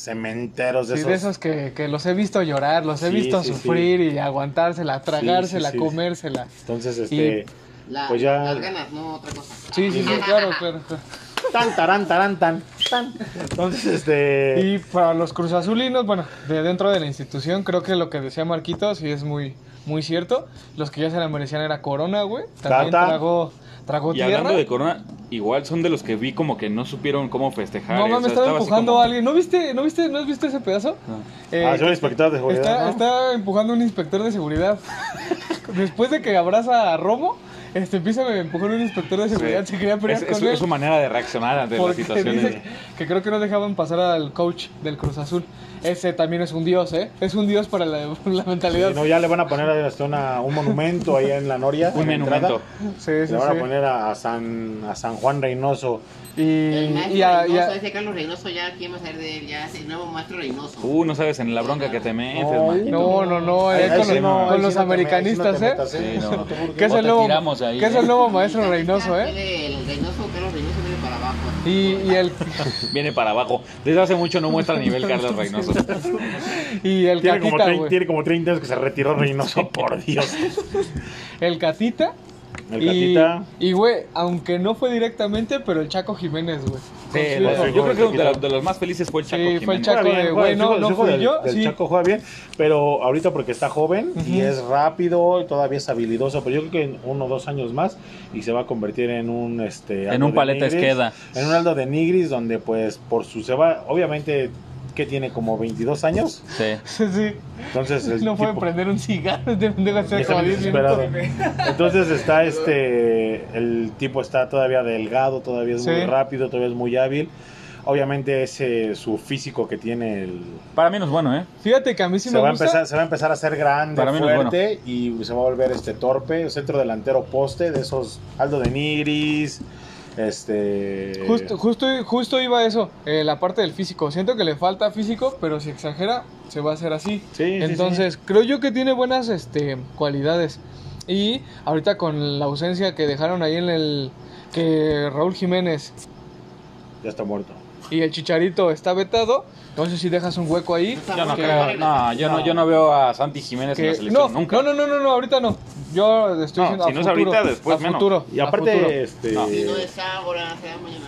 Speaker 2: cementeros de
Speaker 3: Sí,
Speaker 2: esos.
Speaker 3: de esos que, que los he visto llorar, los he
Speaker 2: Sí,
Speaker 3: visto
Speaker 2: sí, sí.
Speaker 3: sufrir y aguantársela, tragársela,
Speaker 2: sí.
Speaker 3: comérsela.
Speaker 2: Entonces, este,
Speaker 4: La-
Speaker 2: Pues ya-
Speaker 4: Las ganas, no otra cosa.
Speaker 3: Sí, sí, sí, claro, claro. claro.
Speaker 2: tan tarán tarán tan tan. Entonces, este
Speaker 3: Y para los cruzazulinos, bueno, de dentro de la institución, creo que lo que decía Marquito sí es muy, muy cierto. Los que ya se la merecían era Corona, güey. También
Speaker 2: Tata.
Speaker 3: tragó, tragó
Speaker 1: Y
Speaker 3: tierra.
Speaker 1: hablando de Corona, igual son de los que vi como que no supieron cómo festejar.
Speaker 3: No
Speaker 1: ¿eh? O
Speaker 3: mames,
Speaker 1: sea,
Speaker 3: estaba
Speaker 1: así
Speaker 3: empujando
Speaker 1: como-
Speaker 3: a alguien. ¿No viste, no viste, no has visto ese pedazo?
Speaker 1: No.
Speaker 3: Eh,
Speaker 2: ah,
Speaker 3: que-
Speaker 2: soy el espectador de seguridad.
Speaker 3: Está,
Speaker 2: ¿no?
Speaker 3: está empujando un inspector de seguridad. Después de que abraza a Romo, este empieza a empujar un inspector de seguridad. Se quería pelear
Speaker 1: es,
Speaker 3: con
Speaker 1: es-
Speaker 3: él.
Speaker 1: es su manera de reaccionar ante las
Speaker 3: porque
Speaker 1: situaciones.
Speaker 3: dice que creo que no dejaban pasar al coach del Cruz Azul. Ese también es un dios, ¿eh? Es un dios para la, la
Speaker 2: Sí,
Speaker 3: mentalidad.
Speaker 2: no, ya le van a poner hasta una- un monumento allá en la Noria.
Speaker 1: Un
Speaker 2: en la entrada.
Speaker 1: monumento.
Speaker 3: Sí, sí,
Speaker 2: Le van
Speaker 3: sí.
Speaker 2: a poner a, a San, a San Juan Reynoso.
Speaker 3: Y,
Speaker 4: El maestro
Speaker 3: y a- y a-
Speaker 4: Reynoso, ese Carlos Reynoso, ya, ¿quién va a ser de él? Ya es el nuevo maestro Reynoso.
Speaker 1: Uh, no sabes en la bronca que te metes, man.
Speaker 3: no, no, no,
Speaker 2: Ahí-
Speaker 3: eh,
Speaker 2: ahí
Speaker 3: con,
Speaker 2: sí
Speaker 3: los-
Speaker 2: no, ahí
Speaker 3: con
Speaker 2: sí no te
Speaker 3: los
Speaker 2: me- ahí sí no
Speaker 3: americanistas,
Speaker 2: te
Speaker 3: ¿eh?
Speaker 2: metas,
Speaker 1: Sí, no.
Speaker 3: Que es
Speaker 1: O
Speaker 3: el
Speaker 1: te
Speaker 3: nuevo,
Speaker 1: tiramos de ahí,
Speaker 3: que es el
Speaker 1: ¿eh?
Speaker 3: nuevo maestro
Speaker 4: Ya, ya,
Speaker 3: Reynoso,
Speaker 4: ya,
Speaker 3: ¿eh?
Speaker 4: El, el Reynoso, Carlos Reynoso viene para abajo.
Speaker 3: Y, y el
Speaker 1: Viene para abajo. Desde hace mucho no muestra nivel Carlos Reynoso.
Speaker 3: y el
Speaker 2: Tiene como,
Speaker 3: catita,
Speaker 2: trein-
Speaker 3: güey.
Speaker 2: tiene como 30 años que se retiró Reynoso, por Dios.
Speaker 3: El catita
Speaker 2: El
Speaker 3: Y-
Speaker 2: Catita.
Speaker 3: Y, güey, aunque no fue directamente, pero el Chaco Jiménez, güey.
Speaker 1: Sí,
Speaker 3: Con su
Speaker 1: no,
Speaker 3: hijo.
Speaker 2: Pues,
Speaker 1: yo creo que uno de, los- de los más felices fue el
Speaker 3: Sí,
Speaker 1: Chaco
Speaker 3: fue el
Speaker 1: Jiménez.
Speaker 3: Chaco.
Speaker 2: Juega
Speaker 3: de,
Speaker 2: bien,
Speaker 3: güey,
Speaker 2: juega-
Speaker 3: no-
Speaker 2: su hijo-
Speaker 3: no
Speaker 2: su hijo
Speaker 3: fui
Speaker 2: del-
Speaker 3: yo,
Speaker 2: del
Speaker 3: sí.
Speaker 2: Chaco juega bien, pero ahorita porque está joven y
Speaker 3: Ujú.
Speaker 2: es rápido, todavía es habilidoso, pero yo creo que en uno o dos años más y se va a convertir en un este
Speaker 1: En
Speaker 2: Aldo
Speaker 1: un
Speaker 2: de
Speaker 1: paleta
Speaker 2: Nigris,
Speaker 1: esqueda.
Speaker 2: en un Aldo de Nigris donde pues por su se va, obviamente que tiene como 22 años,
Speaker 1: Sí.
Speaker 3: Sí, sí.
Speaker 2: entonces el
Speaker 3: No puede
Speaker 2: tipo-
Speaker 3: prender un cigarro, este pendejo hace
Speaker 2: Está
Speaker 3: como 10
Speaker 2: desesperado.
Speaker 3: minutos.
Speaker 2: Entonces está este, el tipo está todavía delgado, todavía es muy
Speaker 3: Sí.
Speaker 2: rápido, todavía es muy hábil. Obviamente ese su físico que tiene el,
Speaker 1: Para mí no es bueno, ¿eh?
Speaker 3: Fíjate que a mí sí
Speaker 2: se
Speaker 3: me
Speaker 2: va, a
Speaker 3: gusta.
Speaker 2: empezar, se va a empezar a hacer grande,
Speaker 1: Para mí no es
Speaker 2: fuerte y se va a volver este torpe, centro delantero poste de esos Aldo de Nigris, este
Speaker 3: Justo, justo, justo iba a eso, eh, la parte del físico. Siento que le falta físico, pero si exagera, se va a hacer así.
Speaker 2: Sí, sí,
Speaker 3: Entonces, creo yo que tiene buenas este, cualidades. Y ahorita con la ausencia que dejaron ahí en el... Que Raúl Jiménez
Speaker 2: ya está muerto.
Speaker 3: y el Chicharito está vetado, entonces si dejas un hueco ahí...
Speaker 1: Yo no
Speaker 3: que-
Speaker 1: creo. No, yo no, yo no veo a Santi Jiménez en la
Speaker 3: que- no,
Speaker 1: selección nunca.
Speaker 3: no, no, no, no, no, ahorita no. Yo estoy
Speaker 1: No,
Speaker 3: diciendo
Speaker 1: si
Speaker 3: a
Speaker 1: no es
Speaker 3: futuro,
Speaker 1: ahorita, después
Speaker 3: a
Speaker 1: menos.
Speaker 3: futuro,
Speaker 2: Y
Speaker 3: a futuro.
Speaker 2: aparte este
Speaker 1: No.
Speaker 4: Si no es ahora, será mañana.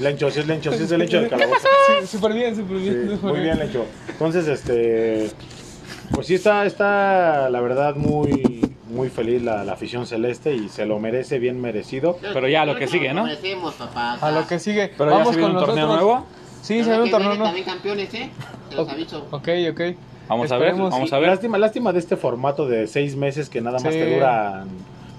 Speaker 2: Lencho, sí es Lencho, sí pues, es el Lencho del calabozo.
Speaker 3: Sí, súper bien, súper
Speaker 2: Sí,
Speaker 3: bien. súper
Speaker 2: muy bien Lencho. Entonces este Pues sí, está, está la verdad muy, muy feliz la, la afición celeste y se lo merece, bien merecido.
Speaker 1: Pero ya, a lo que sigue, ¿no?
Speaker 4: Merecemos, papá. o sea,
Speaker 3: A lo que sigue.
Speaker 1: Pero ya
Speaker 3: Vamos
Speaker 1: se viene
Speaker 3: con
Speaker 1: un torneo
Speaker 3: nosotros.
Speaker 1: nuevo.
Speaker 3: Sí,
Speaker 4: pero
Speaker 3: se ve un
Speaker 4: que
Speaker 3: torneo
Speaker 4: vienen
Speaker 3: nuevo.
Speaker 4: También campeones, ¿eh? Te los aviso.
Speaker 3: Ok, ok.
Speaker 1: Vamos a ver,
Speaker 3: Esperemos.
Speaker 1: vamos a ver.
Speaker 2: Lástima, lástima de este formato de seis meses que nada más
Speaker 3: Sí.
Speaker 2: te duran.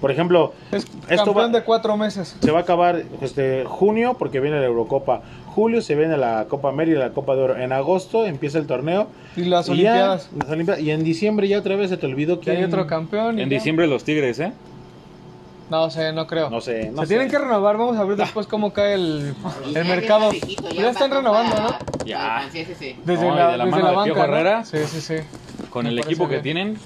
Speaker 2: Por ejemplo,
Speaker 3: Es
Speaker 2: Esto
Speaker 3: campeón
Speaker 2: va-
Speaker 3: de cuatro meses.
Speaker 2: se va a acabar este, junio porque viene la Eurocopa. Julio se viene la Copa América y la Copa de Oro. En agosto empieza el torneo.
Speaker 3: Y
Speaker 2: y
Speaker 3: las
Speaker 2: ya,
Speaker 3: Olimpiadas.
Speaker 2: las Olimpiadas. Y en diciembre ya otra vez se te olvidó
Speaker 3: Que
Speaker 2: que
Speaker 3: hay otro campeón. y
Speaker 1: En
Speaker 3: ya.
Speaker 1: diciembre los Tigres, ¿eh?
Speaker 3: No sé, no creo.
Speaker 2: No sé, no
Speaker 3: se
Speaker 2: sé.
Speaker 3: tienen que renovar. Vamos a ver después cómo cae el,
Speaker 4: Y ya
Speaker 3: el
Speaker 4: viene
Speaker 3: mercado.
Speaker 4: México,
Speaker 3: Ya están
Speaker 4: pasó
Speaker 3: renovando,
Speaker 4: para-
Speaker 3: ¿no?
Speaker 4: para el
Speaker 1: Ya.
Speaker 4: francés ese.
Speaker 3: Desde
Speaker 1: No, y
Speaker 3: la,
Speaker 1: de la
Speaker 3: desde
Speaker 1: mano
Speaker 3: la
Speaker 1: de
Speaker 3: banca.
Speaker 1: Piojo
Speaker 3: ¿no?
Speaker 1: Herrera.
Speaker 3: Sí, sí, sí.
Speaker 1: Con
Speaker 3: Me
Speaker 1: el
Speaker 3: parece
Speaker 1: equipo que
Speaker 3: bien.
Speaker 1: tienen,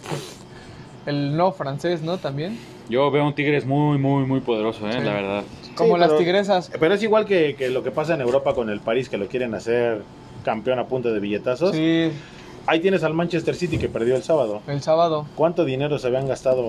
Speaker 3: El no francés, ¿no? También.
Speaker 1: yo veo un Tigres muy, muy, muy poderoso, ¿eh?
Speaker 3: Sí.
Speaker 1: La verdad.
Speaker 3: Como
Speaker 2: pero-
Speaker 3: las
Speaker 1: ¿eh?
Speaker 3: tigresas.
Speaker 2: Pero es igual que, que lo que pasa en Europa con el París, que lo quieren hacer campeón a punta de billetazos.
Speaker 3: Sí,
Speaker 2: Ahí tienes al Manchester City que perdió el sábado.
Speaker 3: el sábado.
Speaker 2: ¿Cuánto dinero se habían gastado?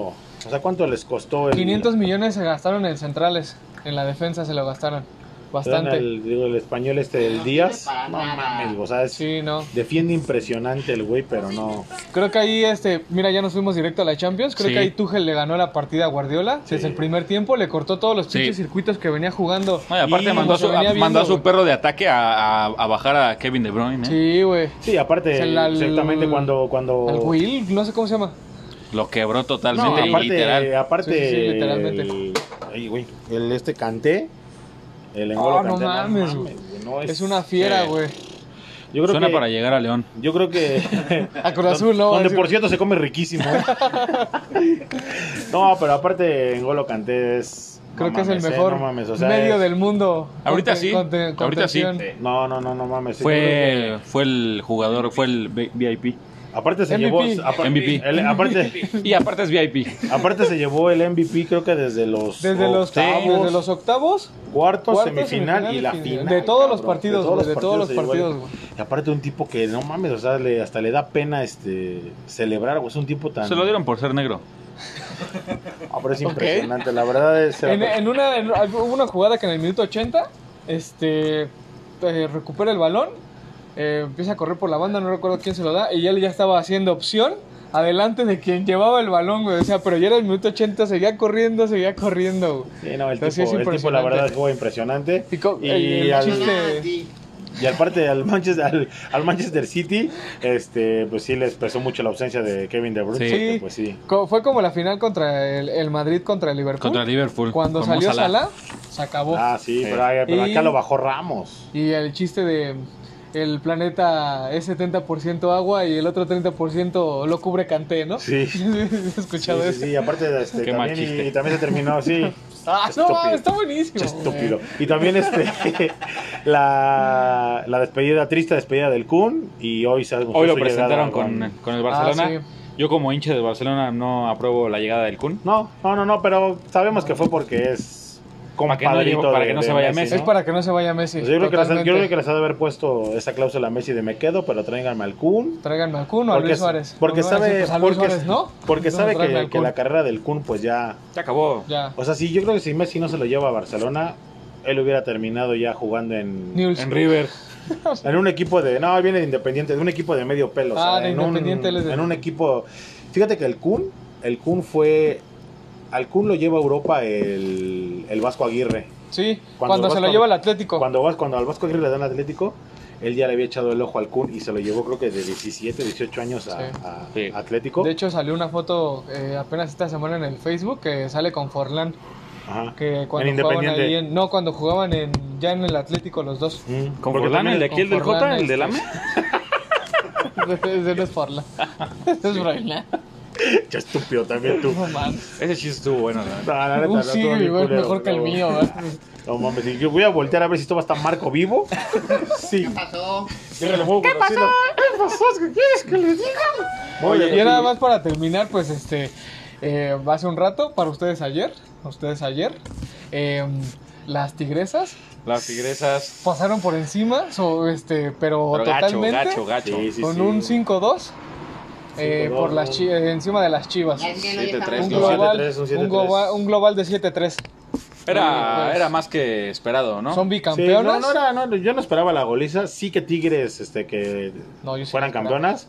Speaker 2: O sea, ¿cuánto les costó el...
Speaker 3: 500 millones se gastaron en centrales. En la defensa se lo gastaron.
Speaker 2: perdón,
Speaker 3: Bastante.
Speaker 2: El, digo, el español este, el
Speaker 4: No
Speaker 2: Díaz.
Speaker 4: sirve para
Speaker 2: No
Speaker 4: nada.
Speaker 2: mames, o sea, es-
Speaker 3: Sí, no.
Speaker 2: defiende impresionante el güey, pero no...
Speaker 3: Creo que ahí, este, mira, ya nos fuimos directo a la Champions. Creo
Speaker 1: Sí.
Speaker 3: que ahí Tuchel le ganó la partida a Guardiola.
Speaker 2: Sí.
Speaker 3: Desde el primer tiempo le cortó todos los
Speaker 1: Sí.
Speaker 3: pinches circuitos que venía jugando.
Speaker 1: No, y aparte
Speaker 3: Y
Speaker 1: mandó, a su,
Speaker 3: como se venía
Speaker 1: a- mandó a su
Speaker 3: viendo,
Speaker 1: perro de ataque a, a- a bajar a Kevin De Bruyne, ¿eh?
Speaker 3: Sí, güey.
Speaker 2: Sí, aparte,
Speaker 3: O sea, la-
Speaker 2: exactamente cuando...
Speaker 1: Oh.
Speaker 2: cuando...
Speaker 3: Al Will, no sé cómo se llama.
Speaker 1: Lo quebró
Speaker 2: No,
Speaker 1: totalmente,
Speaker 2: aparte, eh,
Speaker 1: literal.
Speaker 2: aparte
Speaker 3: Sí, sí, sí, literalmente.
Speaker 2: El, ay, güey, el este canté, el engolo
Speaker 3: Ah, no
Speaker 2: Kanté,
Speaker 3: mames,
Speaker 2: güey, no Eh,
Speaker 3: Es una fiera,
Speaker 1: Pues sí.
Speaker 3: güey.
Speaker 2: Yo creo
Speaker 1: Suena
Speaker 2: que,
Speaker 1: para llegar a León.
Speaker 2: Yo creo que.
Speaker 3: A Cruz Azul, ¿no?
Speaker 2: Donde
Speaker 3: Sí.
Speaker 2: por cierto se come riquísimo. ¿eh? no, pero aparte en Golo Canté es.
Speaker 3: Creo
Speaker 2: no
Speaker 3: que es el
Speaker 2: mames, ¿eh?
Speaker 3: mejor
Speaker 2: No mames, o sea,
Speaker 3: medio
Speaker 2: es-
Speaker 3: del mundo.
Speaker 1: Ahorita
Speaker 3: Conte-
Speaker 1: sí,
Speaker 3: conte-
Speaker 1: ahorita sí.
Speaker 3: contención.
Speaker 2: No, no, no, no mames. sí, yo
Speaker 1: Fue,
Speaker 2: creo
Speaker 1: fue el jugador, fue el vi- VIP.
Speaker 2: que- Aparte se
Speaker 3: MVP.
Speaker 2: llevó. apar-
Speaker 1: MVP.
Speaker 2: el- aparte,
Speaker 1: Y aparte es VIP.
Speaker 2: aparte se llevó el MVP, creo que desde los.
Speaker 3: Desde los,
Speaker 2: octavos,
Speaker 3: desde los octavos,
Speaker 2: Cuartos,
Speaker 3: cuartos,
Speaker 2: semifinal y la
Speaker 3: semifinal y
Speaker 2: final.
Speaker 3: final. De todos los
Speaker 2: cabrón,
Speaker 3: partidos, güey, de todos los
Speaker 2: se llevó el-
Speaker 3: partidos, güey.
Speaker 2: Y aparte un tipo que no mames, o sea, le- hasta le da pena este celebrar, güey. Es un tipo tan.
Speaker 1: Se lo dieron por ser negro.
Speaker 2: Ah, pero es impresionante, la verdad es.
Speaker 3: en, en una, en- hubo una jugada que en el minuto 80 este, eh, recupera el balón, eh, empieza a correr por la banda, no recuerdo quién se lo da, y él ya estaba haciendo opción adelante de quien llevaba el balón, güey. O sea, pero ya era el minuto 80, seguía corriendo, seguía corriendo, güey.
Speaker 2: Sí, no, el tipo,
Speaker 3: Pero sí es
Speaker 2: el tipo, la
Speaker 3: impresionante.
Speaker 2: verdad estuvo impresionante.
Speaker 3: Y co-
Speaker 2: Y,
Speaker 3: el- el
Speaker 2: al,
Speaker 3: chiste-
Speaker 4: Ah, sí.
Speaker 2: y al parte al Manchester, al, al Manchester City, este, pues sí les pesó mucho la ausencia de Kevin De Bruyne.
Speaker 1: Sí.
Speaker 2: porque, Pues sí.
Speaker 3: Co- fue como la final contra el, el Madrid contra el Liverpool.
Speaker 1: Contra Liverpool.
Speaker 3: Cuando
Speaker 1: Con Mo
Speaker 3: salió
Speaker 1: Salah.
Speaker 3: Salah, se acabó.
Speaker 2: Ah, sí,
Speaker 1: Sí.
Speaker 2: pero, ahí- pero
Speaker 3: Y-
Speaker 2: acá lo bajó Ramos.
Speaker 3: Y el chiste de el planeta es 70% agua y el otro 30% lo cubre Canté, ¿no?
Speaker 2: Sí.
Speaker 3: Sí, he escuchado
Speaker 2: Sí, sí,
Speaker 3: eso.
Speaker 2: sí, aparte este,
Speaker 1: Qué mal
Speaker 2: también, y,
Speaker 1: chiste.
Speaker 2: y también se terminó, sí.
Speaker 3: Ah, no,
Speaker 2: Estúpido.
Speaker 3: mames, está buenísimo. güey.
Speaker 2: Estúpido. Y también este la, la despedida, triste despedida del Kun. Y hoy se anunció
Speaker 1: Hoy lo
Speaker 2: su llegada
Speaker 1: presentaron
Speaker 2: al-
Speaker 1: con, con el Barcelona.
Speaker 3: Ah,
Speaker 1: Yo como hincha de Barcelona no apruebo la llegada del Kun.
Speaker 2: No, no, no, no, pero sabemos que fue porque es
Speaker 1: Para que no
Speaker 2: compadrito
Speaker 1: llevo- para
Speaker 2: de-
Speaker 1: que no
Speaker 2: de
Speaker 1: se vaya Messi,
Speaker 3: Es
Speaker 1: ¿no?
Speaker 3: para que no se vaya Messi.
Speaker 2: Pues yo, creo que les, yo
Speaker 3: totalmente.
Speaker 2: creo que les ha de haber puesto esa cláusula a Messi de me quedo, pero tráiganme al Kun.
Speaker 3: Tráiganme al Kun o a Luis Suárez.
Speaker 2: Porque
Speaker 3: No van a
Speaker 2: sabe,
Speaker 3: decir, pues, a Luis
Speaker 2: porque,
Speaker 3: Suárez, ¿no?
Speaker 2: porque
Speaker 3: Entonces,
Speaker 2: sabe
Speaker 3: tráeme
Speaker 2: que,
Speaker 3: al
Speaker 2: que
Speaker 3: Kun.
Speaker 2: la carrera del Kun pues ya...
Speaker 1: Se acabó.
Speaker 3: Ya.
Speaker 2: O sea, sí, yo creo que si Messi no se lo lleva a Barcelona, él hubiera terminado ya jugando en...
Speaker 3: News.
Speaker 1: En River.
Speaker 2: En un equipo de... No, él viene de Independiente, de un equipo de medio pelo. o sea,
Speaker 3: Ah, de
Speaker 2: en un-
Speaker 3: Independiente, él es de-
Speaker 2: En un equipo... Fíjate que el Kun, el Kun fue... Al Kun lo lleva a Europa el, el Vasco Aguirre.
Speaker 3: Sí, cuando,
Speaker 2: Cuando vas
Speaker 3: se lo
Speaker 2: con-
Speaker 3: lleva el Atlético.
Speaker 2: Cuando, vas, cuando al Vasco Aguirre le dan Atlético, él ya le había echado el ojo al Kun y se lo llevó creo que de 17, 18 años a,
Speaker 3: Sí.
Speaker 2: a-
Speaker 1: Sí.
Speaker 2: Atlético.
Speaker 3: De hecho, salió una foto eh, apenas esta semana en el Facebook que sale con Forlán.
Speaker 2: Ajá.
Speaker 3: Que cuando
Speaker 2: En
Speaker 3: jugaban
Speaker 2: Independiente.
Speaker 3: ahí en- No, cuando jugaban en, ya en el Atlético los dos.
Speaker 2: Mm,
Speaker 1: ¿Con
Speaker 2: porque
Speaker 1: Forlán,
Speaker 2: también-
Speaker 1: el de aquí, el
Speaker 3: con
Speaker 1: del Jota,
Speaker 3: Forlán,
Speaker 1: el del AME?
Speaker 3: este. Ese no es Forlán. Ese es Forlán.
Speaker 2: Ya estúpido también tú.
Speaker 3: No mames.
Speaker 1: Ese sí estuvo bueno, la
Speaker 2: No,
Speaker 1: verdad.
Speaker 2: la neta,
Speaker 3: Un
Speaker 2: no,
Speaker 3: sí,
Speaker 2: estuvo bien
Speaker 3: güey,
Speaker 2: culero,
Speaker 3: mejor que el
Speaker 2: no,
Speaker 3: mío, ¿eh? ¿verdad?
Speaker 2: No mames, y yo voy a voltear a ver si esto va a estar Marco vivo. Sí.
Speaker 4: ¿Qué pasó?
Speaker 2: Déjale, voy a conocerlo. Oye,
Speaker 3: Oye, y nada más para terminar, pues este. eh, hace un rato, para ustedes ayer, ustedes ayer, eh, las tigresas
Speaker 1: Las tigresas.
Speaker 3: pasaron por encima, so, este, pero,
Speaker 1: Pero gacho,
Speaker 3: totalmente
Speaker 1: gacho, gacho.
Speaker 2: Sí, sí,
Speaker 3: con
Speaker 2: sí.
Speaker 3: un 5-2 eh,
Speaker 2: 5-2,
Speaker 3: por las
Speaker 2: ¿no?
Speaker 3: chi- eh, encima de las chivas.
Speaker 4: Ya es que no
Speaker 1: Siete,
Speaker 4: ya
Speaker 1: tres,
Speaker 3: Un
Speaker 4: estamos-
Speaker 2: no, siete,
Speaker 3: global,
Speaker 2: 7-3, un
Speaker 3: un
Speaker 2: 7-3.
Speaker 3: global, un global de 7-3.
Speaker 1: Era,
Speaker 3: Pues,
Speaker 1: era más que esperado, ¿no?
Speaker 3: Son
Speaker 2: Sí, no,
Speaker 3: bicampeonas.
Speaker 2: no, era- no, yo no esperaba la goliza. Sí que Tigres este, que
Speaker 3: No, yo sí
Speaker 2: fueran
Speaker 3: la esperaba.
Speaker 2: campeonas.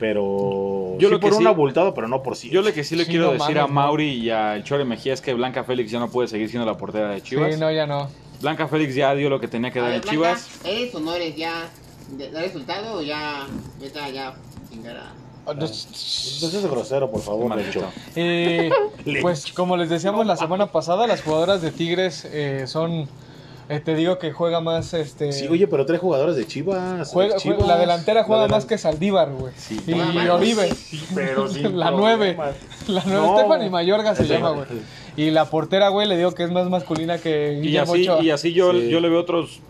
Speaker 2: pero
Speaker 1: Yo
Speaker 2: sí
Speaker 1: lo que
Speaker 2: por un
Speaker 1: sí-
Speaker 2: abultado, pero no por sí.
Speaker 1: Yo lo que sí le
Speaker 3: Sí,
Speaker 1: quiero
Speaker 3: no
Speaker 1: decir
Speaker 3: mames,
Speaker 1: a
Speaker 3: no.
Speaker 1: Mauri y a Chore Mejía es que Blanca Félix ya no puede seguir siendo la portera de Chivas.
Speaker 3: Sí, no, ya no.
Speaker 1: Blanca Félix ya dio lo que tenía que
Speaker 4: A
Speaker 1: dar en
Speaker 4: ver, Blanca,
Speaker 1: Chivas.
Speaker 4: ¿Eres o no eres ya? ¿De- ¿Da resultado o ya? Vete ya, chingada.
Speaker 3: Ah.
Speaker 2: No seas grosero, por favor,
Speaker 1: Maldito.
Speaker 2: Lecho.
Speaker 3: Eh, pues como les decíamos la semana pasada, las jugadoras de Tigres eh, son, eh, te digo que juega más, este,
Speaker 2: Sí, oye, pero tres jugadores de Chivas.
Speaker 3: juega-
Speaker 2: de
Speaker 3: juega-
Speaker 2: Chivas.
Speaker 3: la delantera juega
Speaker 2: La
Speaker 3: más que Saldívar, güey,
Speaker 1: Sí.
Speaker 3: y
Speaker 4: Ah, bueno,
Speaker 3: Oribe,
Speaker 2: Sí, pero sí.
Speaker 3: la nueve, la nueve,
Speaker 2: No.
Speaker 3: Stephanie Mayorga se
Speaker 2: Sí.
Speaker 3: llama, güey, y la portera, güey, le digo que es más masculina que
Speaker 1: Y
Speaker 3: Guillermo
Speaker 1: así,
Speaker 3: Ochoa.
Speaker 1: y así yo,
Speaker 2: Sí.
Speaker 1: yo le veo otros,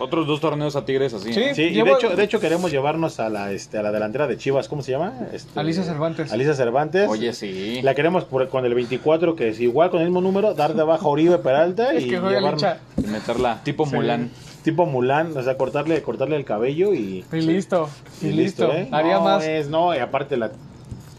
Speaker 1: otros dos torneos a Tigres así.
Speaker 3: Sí.
Speaker 1: ¿no?
Speaker 2: Sí, y
Speaker 3: Llevo-
Speaker 2: de hecho, de hecho queremos llevarnos a la, este, a la delantera de Chivas, ¿cómo se llama? Este,
Speaker 3: Alicia Cervantes.
Speaker 2: Alicia Cervantes.
Speaker 1: Oye, sí.
Speaker 2: La queremos por- con el 24, que es igual con el mismo número, dar de baja a Oribe Peralta
Speaker 3: Es
Speaker 2: y
Speaker 3: que juega
Speaker 2: llevarme-
Speaker 3: lucha
Speaker 1: Y meterla tipo
Speaker 2: Sí.
Speaker 1: Mulan.
Speaker 2: Tipo Mulan, o sea, cortarle, cortarle el cabello y...
Speaker 3: y listo, y listo,
Speaker 2: ¿eh?
Speaker 3: haría
Speaker 2: no,
Speaker 3: más.
Speaker 2: es- no, y aparte la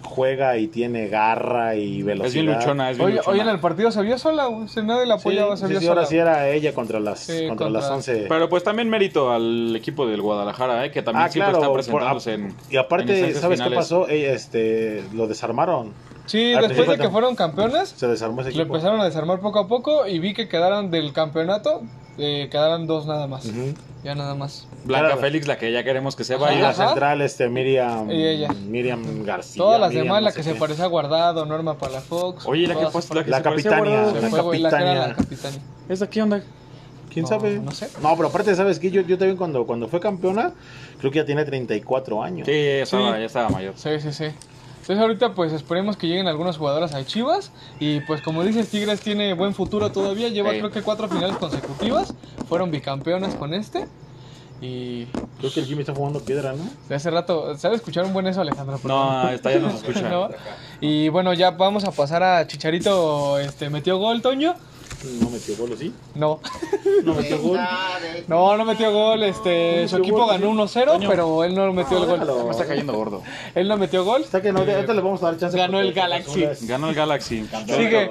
Speaker 2: juega y tiene garra y velocidad.
Speaker 1: Es bien luchona, es bien
Speaker 3: Hoy,
Speaker 1: luchona.
Speaker 3: hoy en el partido se vio sola, güey, si nadie la
Speaker 2: Sí,
Speaker 3: apoyaba, se
Speaker 2: sí,
Speaker 3: vio
Speaker 2: sí,
Speaker 3: sola.
Speaker 2: ahora sí era ella contra las,
Speaker 3: Sí,
Speaker 2: contra
Speaker 3: contra-
Speaker 2: las 11.
Speaker 1: Pero pues también mérito al equipo del Guadalajara, ¿eh? que también siempre está
Speaker 2: Ah, por- ah,
Speaker 1: presentándose en.
Speaker 2: Y
Speaker 1: en
Speaker 2: aparte,
Speaker 1: instancias
Speaker 2: ¿sabes qué
Speaker 1: finales.
Speaker 2: pasó? Eh, este, lo desarmaron.
Speaker 3: Sí,
Speaker 2: Al
Speaker 3: después de
Speaker 2: principio
Speaker 3: que fueron campeones,
Speaker 2: Se desarmó
Speaker 1: Este
Speaker 2: ese
Speaker 3: Lo
Speaker 2: equipo.
Speaker 3: empezaron a desarmar poco a poco y vi que quedaron del campeonato, eh, quedaron dos nada más.
Speaker 2: Ujú.
Speaker 3: Ya nada más.
Speaker 1: Blanca
Speaker 2: Claro.
Speaker 1: Félix, la que ya queremos que se
Speaker 3: Ajá.
Speaker 2: Y
Speaker 1: vaya.
Speaker 2: la
Speaker 3: Ajá.
Speaker 2: central, este, Miriam,
Speaker 3: Y ella.
Speaker 2: Miriam García.
Speaker 3: Todas las
Speaker 2: Miriam
Speaker 3: demás,
Speaker 2: no
Speaker 3: la
Speaker 2: sé
Speaker 3: que se
Speaker 2: qué.
Speaker 3: parece a Guardado, Norma Palafox.
Speaker 1: Oye, la que,
Speaker 3: todas se
Speaker 1: post- la que
Speaker 2: La
Speaker 1: se parecía a
Speaker 2: capitania.
Speaker 1: Guardado.
Speaker 3: se fue, güey, la que era la
Speaker 2: capitania.
Speaker 3: capitania.
Speaker 1: ¿Esa qué onda?
Speaker 2: ¿Quién
Speaker 3: No,
Speaker 2: sabe?
Speaker 3: no sé.
Speaker 2: No, pero aparte, ¿sabes qué? Yo, yo también cuando, cuando fue campeona, creo que ya tiene 34 años.
Speaker 1: Sí, ya estaba,
Speaker 3: Sí.
Speaker 1: ya estaba mayor.
Speaker 3: Sí, sí, sí. Entonces ahorita pues esperemos que lleguen algunas jugadoras a Chivas y pues como dices Tigres tiene buen futuro todavía, lleva
Speaker 1: Sí.
Speaker 3: creo que cuatro finales consecutivas, fueron bicampeonas con este y
Speaker 2: Creo que el Jimmy está jugando piedra, ¿no?
Speaker 3: de hace rato, ¿sabes escuchar un buen eso Alejandra? por favor?
Speaker 1: No, está ya no se escucha.
Speaker 3: ¿No? Y bueno, ya vamos a pasar a Chicharito. Este, ¿Metió gol, Toño?
Speaker 2: No metió gol, ¿o ¿sí?
Speaker 3: No,
Speaker 2: No metió gol.
Speaker 3: Pues, no, no metió gol. Este, su equipo ganó 1-0, pero él no metió el
Speaker 2: déjalo.
Speaker 3: gol.
Speaker 1: Me está cayendo gordo.
Speaker 3: Él no metió gol.
Speaker 2: Está que no, ahorita le vamos a dar chance.
Speaker 3: ganó
Speaker 2: porque
Speaker 3: el Galaxy.
Speaker 2: Cruz Azul es-
Speaker 1: Ganó el Galaxy. Pues,
Speaker 3: Sigue,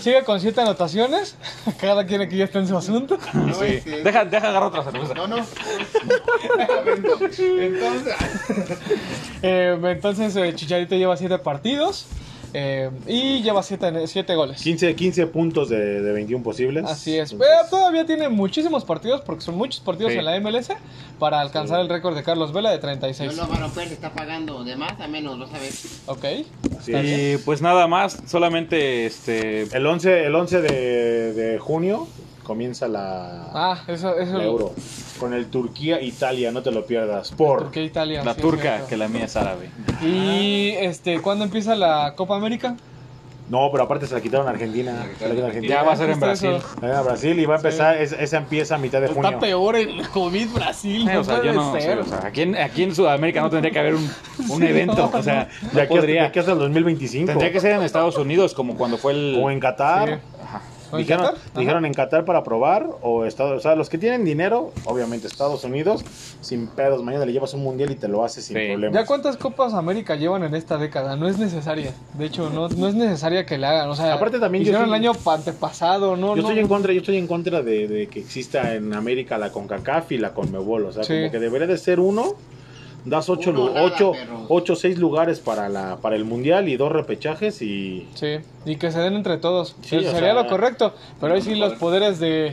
Speaker 3: sigue con 7 anotaciones. Cada quien aquí ya está en su asunto.
Speaker 1: Sí. Deja, deja agarrar otra cerveza.
Speaker 4: No, no. Entonces,
Speaker 3: Eh, entonces, eh, Chicharito lleva 7 partidos eh, y lleva 7 goles.
Speaker 2: 15, 15 puntos de, de 21 posibles.
Speaker 3: Así es.
Speaker 2: Entonces,
Speaker 3: Eh, todavía tiene muchísimos partidos, porque son muchos partidos
Speaker 1: Sí.
Speaker 3: en la MLS, para alcanzar el récord de Carlos Vela de 36.
Speaker 4: no lo va a romper, se está pagando de más a menos, lo sabes.
Speaker 3: Ok.
Speaker 2: así es.
Speaker 1: Y pues nada más, solamente este.
Speaker 2: El 11, el 11 de, de junio comienza la,
Speaker 3: Ah, eso, eso
Speaker 2: la Euro. Con el Turquía-Italia, no te lo pierdas. Por
Speaker 3: Turquía, Italia.
Speaker 1: La
Speaker 3: sí,
Speaker 1: turca,
Speaker 3: es
Speaker 1: que
Speaker 3: cierto.
Speaker 1: la mía es árabe.
Speaker 3: Y este, ¿cuándo empieza la Copa América?
Speaker 2: No, pero aparte se la quitaron a Argentina. Se la quitaron a Argentina.
Speaker 1: Ya va a ser en
Speaker 3: Justo eso.
Speaker 1: Brasil.
Speaker 2: Van Eh, a Brasil y va a empezar, es- esa empieza a mitad de junio.
Speaker 3: Está peor el COVID Brasil.
Speaker 1: Eh,
Speaker 3: No
Speaker 1: o sea, yo
Speaker 3: puede
Speaker 1: no sé,
Speaker 3: ser.
Speaker 1: o sea, aquí, en, aquí en Sudamérica no tendría que haber un, un evento. O sea, no
Speaker 2: De aquí, hasta, de
Speaker 1: podría.
Speaker 2: aquí hasta el 2025.
Speaker 1: Tendría que ser en Estados Unidos, como cuando fue el.
Speaker 2: O en Qatar.
Speaker 3: Sí.
Speaker 1: Ajá.
Speaker 3: ¿O en
Speaker 2: dijeron,
Speaker 3: Qatar? Ajá.
Speaker 2: dijeron en Qatar para probar o Estados, o sea, los que tienen dinero, obviamente Estados Unidos, sin pedos, mañana le llevas un mundial y te lo haces sin
Speaker 1: Sí.
Speaker 2: problemas.
Speaker 3: ¿Ya cuántas Copas América llevan en esta década? No es necesaria. De hecho, no, no es necesaria que la hagan. O sea,
Speaker 2: Aparte también yo
Speaker 3: hicieron
Speaker 2: sí-
Speaker 3: el año antepasado, ¿no?
Speaker 2: yo
Speaker 3: no.
Speaker 2: estoy en contra, yo estoy en contra de, de que exista en América la CONCACAF y la CONMEBOL, o sea,
Speaker 3: Sí.
Speaker 2: como que debería de ser uno das ocho,
Speaker 4: Uno,
Speaker 2: lu-
Speaker 4: nada,
Speaker 2: ocho,
Speaker 4: perros.
Speaker 2: ocho, seis lugares para la para el mundial y dos repechajes y
Speaker 3: Sí, y que se den entre todos.
Speaker 2: Sí,
Speaker 3: Eso
Speaker 2: o
Speaker 3: sería
Speaker 2: sea,
Speaker 3: lo correcto. Pero ahí sí los poderes de,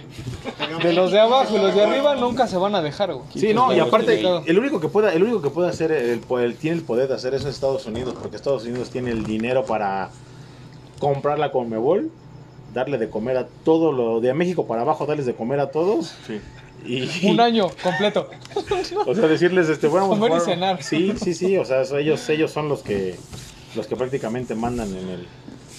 Speaker 4: Pero pues,
Speaker 3: de los de abajo y los de arriba nunca se van a dejar, güey.
Speaker 2: Sí, no, y
Speaker 3: Está
Speaker 2: aparte,
Speaker 3: complicado.
Speaker 2: el único que pueda, el único que puede hacer, el, po- el- tiene el poder de hacer eso es Estados Unidos, porque Estados Unidos tiene el dinero para comprar la Conmebol, darle de comer a todo lo de México para abajo, darles de comer a todos
Speaker 1: Sí.
Speaker 2: y,
Speaker 3: Un año completo.
Speaker 2: o sea, decirles, este, bueno, vamos a
Speaker 3: Comer y
Speaker 2: jugar-
Speaker 3: cenar.
Speaker 2: Sí, sí, sí, o sea, eso- ellos, ellos son los que, los que prácticamente mandan en el,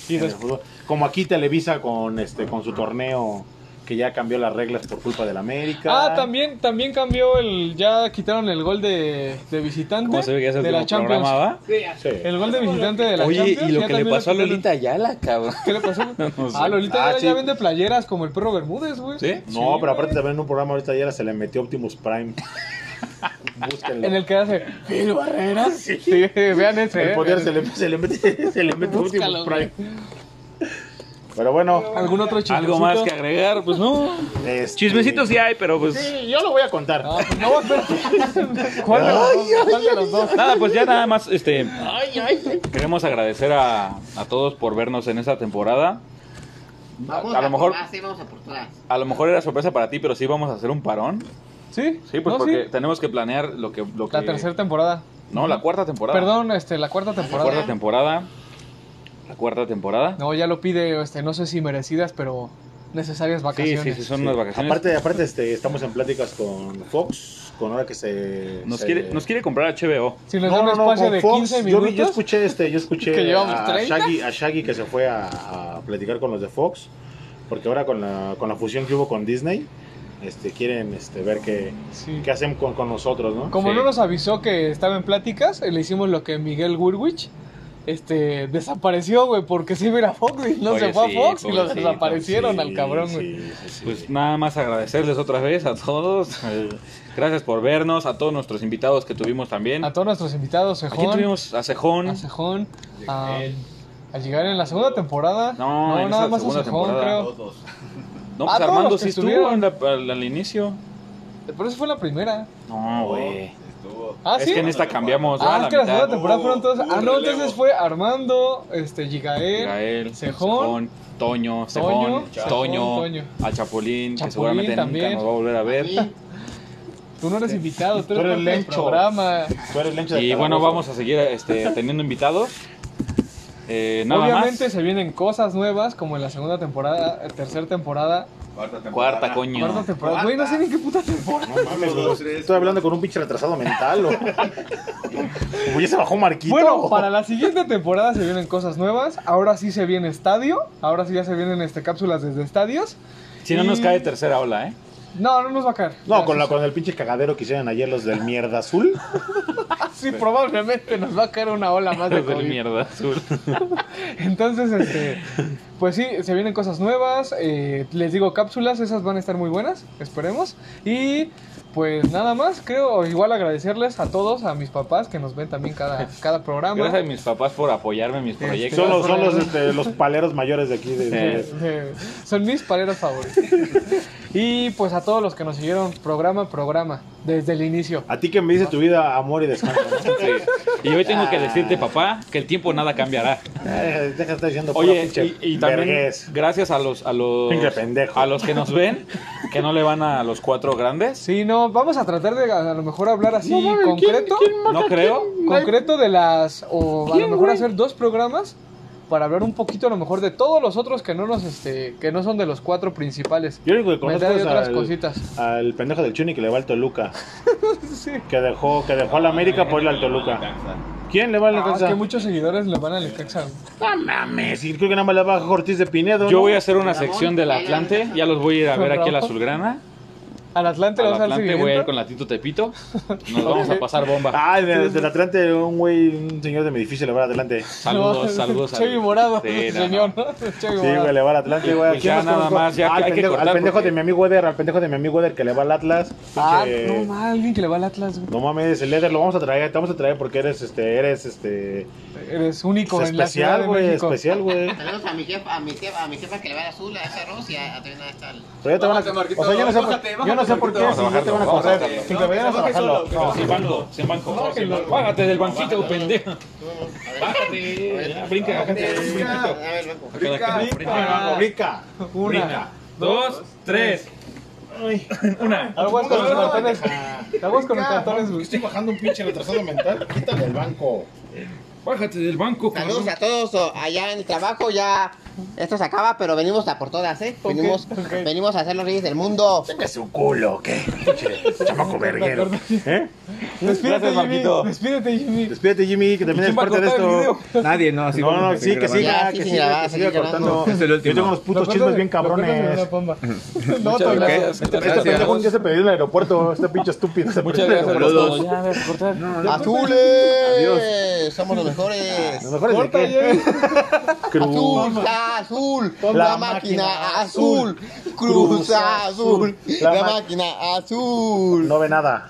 Speaker 3: Y
Speaker 2: en el
Speaker 3: des-
Speaker 2: fútbol. Como aquí Televisa con, este, con su torneo que ya cambió las reglas por culpa del América.
Speaker 3: Ah, también, también cambió el. Ya quitaron el gol de, de visitante
Speaker 1: ¿Cómo se ve que hace
Speaker 3: de la
Speaker 1: el
Speaker 3: Champions.
Speaker 1: programa, va?
Speaker 2: Sí.
Speaker 3: El gol de visitante de la
Speaker 1: Oye,
Speaker 3: Champions.
Speaker 1: y lo
Speaker 3: ya
Speaker 1: que le
Speaker 3: también
Speaker 1: pasó a
Speaker 3: quitaron.
Speaker 1: Lolita Ayala, cabrón.
Speaker 3: ¿Qué le pasó?
Speaker 1: No sé.
Speaker 3: Ah, Lolita
Speaker 2: Ah,
Speaker 3: ya,
Speaker 2: sí.
Speaker 3: ya vende playeras como el perro Bermúdez, güey.
Speaker 1: ¿Sí?
Speaker 2: No, pero aparte también en un programa ahorita ayer se le metió Optimus Prime. Búsquenlo.
Speaker 3: En el que hace. Phil Barrera. Sí, vean ese.
Speaker 2: El
Speaker 3: eh,
Speaker 2: poder
Speaker 3: vean
Speaker 2: se le, se le mete, se le mete Optimus
Speaker 3: Búscalo,
Speaker 2: Prime. Pero bueno,
Speaker 3: ¿Algún otro chismecito?
Speaker 1: ¿Algo más que agregar? Pues no.
Speaker 2: este-
Speaker 1: Chismecitos sí hay, pero pues.
Speaker 2: Sí, yo lo voy a contar.
Speaker 3: No, pues no, espérate. ¿Cuál de los dos? ¿Cuál de los dos?
Speaker 1: Nada, pues ya nada más, este. Queremos agradecer a, a todos por vernos en esta temporada. A,
Speaker 4: Vamos
Speaker 1: a lo mejor,
Speaker 4: Por todas, sí, vamos a por todas.
Speaker 1: a lo mejor era sorpresa para ti, pero sí vamos a hacer un parón.
Speaker 3: ¿Sí?
Speaker 1: Sí, pues
Speaker 3: No,
Speaker 1: porque tenemos que planear lo que, lo que.
Speaker 3: La tercera temporada.
Speaker 1: No, la cuarta temporada.
Speaker 3: Perdón, este, la cuarta
Speaker 1: La
Speaker 3: temporada.
Speaker 1: cuarta temporada. La cuarta temporada.
Speaker 3: No, ya lo pide, este, no sé si merecidas, pero necesarias
Speaker 1: sí,
Speaker 3: vacaciones.
Speaker 1: sí, sí, son unas vacaciones.
Speaker 2: Aparte, aparte este, estamos en pláticas con Fox, con ahora que se...
Speaker 1: nos,
Speaker 2: se-
Speaker 1: quiere, nos quiere comprar HBO.
Speaker 3: Si les da un espacio
Speaker 2: con
Speaker 3: de
Speaker 2: Fox.
Speaker 3: 15
Speaker 2: Yo vi-
Speaker 3: minutos.
Speaker 2: Yo, escuché, este, yo escuché
Speaker 3: Que llevamos
Speaker 2: a,
Speaker 3: 30.
Speaker 2: Shaggy, a Shaggy que se fue a, a platicar con los de Fox, porque ahora con la, con la fusión que hubo con Disney, este, quieren este, ver qué,
Speaker 3: Sí.
Speaker 2: qué hacen con, con nosotros, ¿no?
Speaker 3: Como
Speaker 1: Sí.
Speaker 3: no nos avisó que estaba en pláticas, eh, le hicimos lo que Miguel Woolwich este, desapareció, güey, porque sí mira Fox y no
Speaker 1: Oye,
Speaker 3: se fue
Speaker 1: sí,
Speaker 3: a Fox y lo
Speaker 1: pobrecito,
Speaker 3: desaparecieron al cabrón,
Speaker 2: Sí,
Speaker 3: güey.
Speaker 2: sí, sí.
Speaker 1: Pues nada más agradecerles otra vez a todos. Gracias por vernos, a todos nuestros invitados que tuvimos también.
Speaker 3: A todos nuestros invitados,
Speaker 1: Aquí
Speaker 3: Sejón,
Speaker 1: tuvimos a Cejón.
Speaker 3: a Sejón, a, a llegar en la segunda temporada.
Speaker 1: No, en
Speaker 3: nada
Speaker 1: esa
Speaker 3: más a
Speaker 1: segunda
Speaker 3: Sejón,
Speaker 1: temporada.
Speaker 3: creo.
Speaker 1: No, pues
Speaker 3: A Ah, todos
Speaker 1: Armando
Speaker 3: los que
Speaker 1: sí estuvo
Speaker 3: estuvieron.
Speaker 1: en la- al, al inicio.
Speaker 3: Pero eso fue la primera.
Speaker 1: No, güey.
Speaker 3: Ah,
Speaker 1: es
Speaker 3: sí.
Speaker 1: que en esta cambiamos.
Speaker 3: Ah,
Speaker 1: a la
Speaker 3: es que la
Speaker 1: mitad. Uh,
Speaker 3: segunda temporada fueron todos.
Speaker 5: Hubo
Speaker 3: Ah, no,
Speaker 5: relevo.
Speaker 3: entonces fue Armando, este, Gigael,
Speaker 1: Gael,
Speaker 3: Cejón,
Speaker 1: Cejón, Toño,
Speaker 3: Toño,
Speaker 1: Cejón,
Speaker 3: Chapón,
Speaker 1: Toño,
Speaker 3: Toño.
Speaker 1: al Chapulín, que
Speaker 3: Chapulín
Speaker 1: seguramente
Speaker 3: también.
Speaker 1: nunca nos va a volver a ver.
Speaker 4: Sí.
Speaker 3: Tú no eres invitado, tú
Speaker 2: Tú eres
Speaker 3: eres parte del
Speaker 2: Lencho.
Speaker 3: programa.
Speaker 2: Tú eres Lencho de
Speaker 1: Y bueno,
Speaker 2: Calabozo.
Speaker 1: vamos a seguir este, teniendo invitados. Eh, nada
Speaker 3: Obviamente
Speaker 1: más.
Speaker 3: se vienen cosas nuevas como en la segunda temporada, eh, tercera temporada,
Speaker 5: Cuarta temporada.
Speaker 1: Cuarta, coño.
Speaker 3: Ah, cuarta temporada. Güey,
Speaker 5: Cuarta.
Speaker 3: no sé ni en qué puta temporada.
Speaker 2: No mames,
Speaker 5: Uno,
Speaker 2: güey.
Speaker 5: dos, tres,
Speaker 2: Estoy hablando con un pinche retrasado mental. O... Oye, se bajó Marquito.
Speaker 3: Bueno, para la siguiente temporada se vienen cosas nuevas. Ahora sí se viene estadio. Ahora sí ya se vienen este, cápsulas desde estadios.
Speaker 1: Si no nos
Speaker 3: Y-
Speaker 1: cae tercera ola, ¿eh?
Speaker 3: No, no nos va a caer.
Speaker 2: No,
Speaker 3: Ya,
Speaker 2: con,
Speaker 3: sí,
Speaker 2: la, con el pinche cagadero que hicieron ayer los del mierda azul.
Speaker 3: Sí, probablemente nos va a caer una ola más de
Speaker 1: Desde
Speaker 3: COVID.
Speaker 1: mierda azul.
Speaker 3: Entonces, este, pues sí, se vienen cosas nuevas. eh, les digo cápsulas, esas van a estar muy buenas, esperemos. Y pues nada más, creo igual agradecerles a todos, a mis papás que nos ven también cada, cada programa.
Speaker 1: Gracias a mis papás por apoyarme en mis proyectos.
Speaker 2: Son los, son los, este, los paleros mayores de aquí. de- de-
Speaker 3: Eh, Son mis paleros favoritos. y pues a todos los que nos siguieron programa a programa, desde el inicio.
Speaker 1: Ah.
Speaker 2: A ti que me dice tu vida amor y descanso. ¿no?
Speaker 1: Y hoy tengo que decirte, papá, que el tiempo nada cambiará.
Speaker 2: Eh, Deja de estar diciendo pura
Speaker 1: Oye,
Speaker 2: pinche
Speaker 1: y, y también
Speaker 2: verguez.
Speaker 1: gracias a los a los
Speaker 2: Pinche pendejo.
Speaker 1: a los que nos ven, que no le van a los cuatro grandes.
Speaker 3: Sí, no, vamos a tratar de a, a lo mejor hablar así concreto.
Speaker 1: No creo.
Speaker 3: concreto de las o a lo mejor hacer dos programas para hablar un poquito a lo mejor de todos los otros que no nos este que no son de los cuatro principales
Speaker 2: Yo lo único que
Speaker 3: Me
Speaker 2: conozco
Speaker 3: da de
Speaker 2: es
Speaker 3: otras
Speaker 2: al,
Speaker 3: cositas.
Speaker 2: al pendejo del Chuni que le va al Toluca.
Speaker 3: sí
Speaker 2: Que dejó, que dejó a la América por ir al Toluca. ¿Quién le va a la
Speaker 3: Ah, es
Speaker 2: casa?
Speaker 3: que muchos seguidores le van a Necaxa
Speaker 2: No mames, y creo que nada más le va a Ortiz de Pinedo.
Speaker 1: Yo
Speaker 2: ¿no?
Speaker 1: voy a hacer una sección del Atlante, ya los voy a ir a ver aquí a la
Speaker 3: Ramón.
Speaker 1: Azulgrana.
Speaker 3: al Atlante le
Speaker 1: Al
Speaker 3: vas a dar
Speaker 1: Atlante voy a ir
Speaker 3: seguimiento
Speaker 1: con la Tito Tepito. Nos vamos a pasar bomba.
Speaker 2: Ah, de- del Atlante, un güey, un señor de mi edificio le va al Atlante.
Speaker 1: Saludos, saludos.
Speaker 3: Chevy
Speaker 1: saludos.
Speaker 3: Morado
Speaker 1: Sí, no,
Speaker 3: señor
Speaker 1: no.
Speaker 3: Chevy
Speaker 2: Sí,
Speaker 3: Morado.
Speaker 2: güey, le va al Atlante, güey.
Speaker 1: Pues
Speaker 2: ¿Quién
Speaker 1: ya
Speaker 2: más
Speaker 1: nada
Speaker 2: conozco?
Speaker 1: más, ya
Speaker 2: Ah,
Speaker 1: que hay
Speaker 2: al
Speaker 1: que
Speaker 2: pendejo, al
Speaker 1: cortar
Speaker 2: pendejo
Speaker 1: porque-
Speaker 2: de mi amigo Eder, al pendejo de mi amigo Eder que le va al Atlas.
Speaker 3: ah
Speaker 2: Pinche-
Speaker 3: no mal alguien que le va al Atlas güey.
Speaker 2: No mames, el Eder lo vamos a traer, te vamos a traer porque eres este, eres este
Speaker 3: eres único en la
Speaker 2: especial,
Speaker 3: ciudad de
Speaker 2: güey,
Speaker 3: México
Speaker 2: especial, güey.
Speaker 4: Saludos a mi jefa, a mi jefa, a mi jefa que le va a azul, a esa Rosy, a, a Trina esta.
Speaker 2: Pero ya te van a,
Speaker 5: Bájate, Marquito,
Speaker 2: o sea, yo no sé, por-
Speaker 5: bájate,
Speaker 2: yo no sé por qué
Speaker 1: Marquito.
Speaker 2: si no te van a
Speaker 1: Vamos a
Speaker 2: correr,
Speaker 1: bajarlo.
Speaker 2: sin que vayas a
Speaker 5: No, que se
Speaker 2: bajarlo.
Speaker 5: baje
Speaker 2: No.
Speaker 1: Sin banco, sin banco. Bájate del banquito, pendejo. Bájate. ya, Brinca, bájate.
Speaker 4: A ver, loco.
Speaker 2: Ah, Brica.
Speaker 3: una
Speaker 1: Dos, tres. Una.
Speaker 3: aguas con los cartones aguas con los cartones güey.
Speaker 2: Estoy bajando un pinche retrasado mental. Quítame el banco.
Speaker 1: Bájate del banco.
Speaker 4: Saludos a todos o, allá en el trabajo, ya esto se acaba, pero venimos a por todas, ¿eh?
Speaker 3: Ok,
Speaker 4: Venimos,
Speaker 3: ok.
Speaker 4: venimos a hacer los reyes del mundo.
Speaker 2: Es su culo, ¿qué? Pinche chamaco verguero. ¿Eh?
Speaker 3: despídete
Speaker 1: Gracias,
Speaker 3: Jimmy
Speaker 1: Marquito.
Speaker 3: despídete Jimmy
Speaker 2: Despídete, Jimmy, que también es
Speaker 1: ¿Quién va a
Speaker 2: parte de
Speaker 1: cortar el
Speaker 2: esto.
Speaker 1: video?
Speaker 6: Nadie, no, así
Speaker 2: No,
Speaker 6: vamos a
Speaker 2: no, sí,
Speaker 6: seguir
Speaker 2: que
Speaker 6: grabando.
Speaker 2: siga,
Speaker 4: grabando.
Speaker 2: que
Speaker 4: Sí, sí,
Speaker 2: siga,
Speaker 4: grabando,
Speaker 2: que
Speaker 4: sigue
Speaker 2: siga
Speaker 4: grabando.
Speaker 2: cortando.
Speaker 6: Es el último.
Speaker 2: Yo tengo unos putos chismes bien cabrones.
Speaker 3: No,
Speaker 1: Muchas gracias.
Speaker 6: Este
Speaker 2: Este
Speaker 1: Gracias.
Speaker 2: pendejo ya se perdió en el aeropuerto, este pinche estúpido. se
Speaker 1: Muchas
Speaker 2: perdió en el
Speaker 1: gracias a
Speaker 6: Saludos.
Speaker 1: todos. Ya, ves, cortar.
Speaker 4: ¡Azules!
Speaker 6: Adiós.
Speaker 4: Somos los mejores.
Speaker 2: Lo mejor es de
Speaker 3: Corta,
Speaker 2: qué?
Speaker 4: Azul,
Speaker 2: Cruz.
Speaker 4: azul,
Speaker 2: La
Speaker 4: la
Speaker 2: máquina
Speaker 4: máquina azul, cruz azul,
Speaker 2: La
Speaker 4: la
Speaker 2: ma-
Speaker 4: máquina azul.
Speaker 2: No ve nada.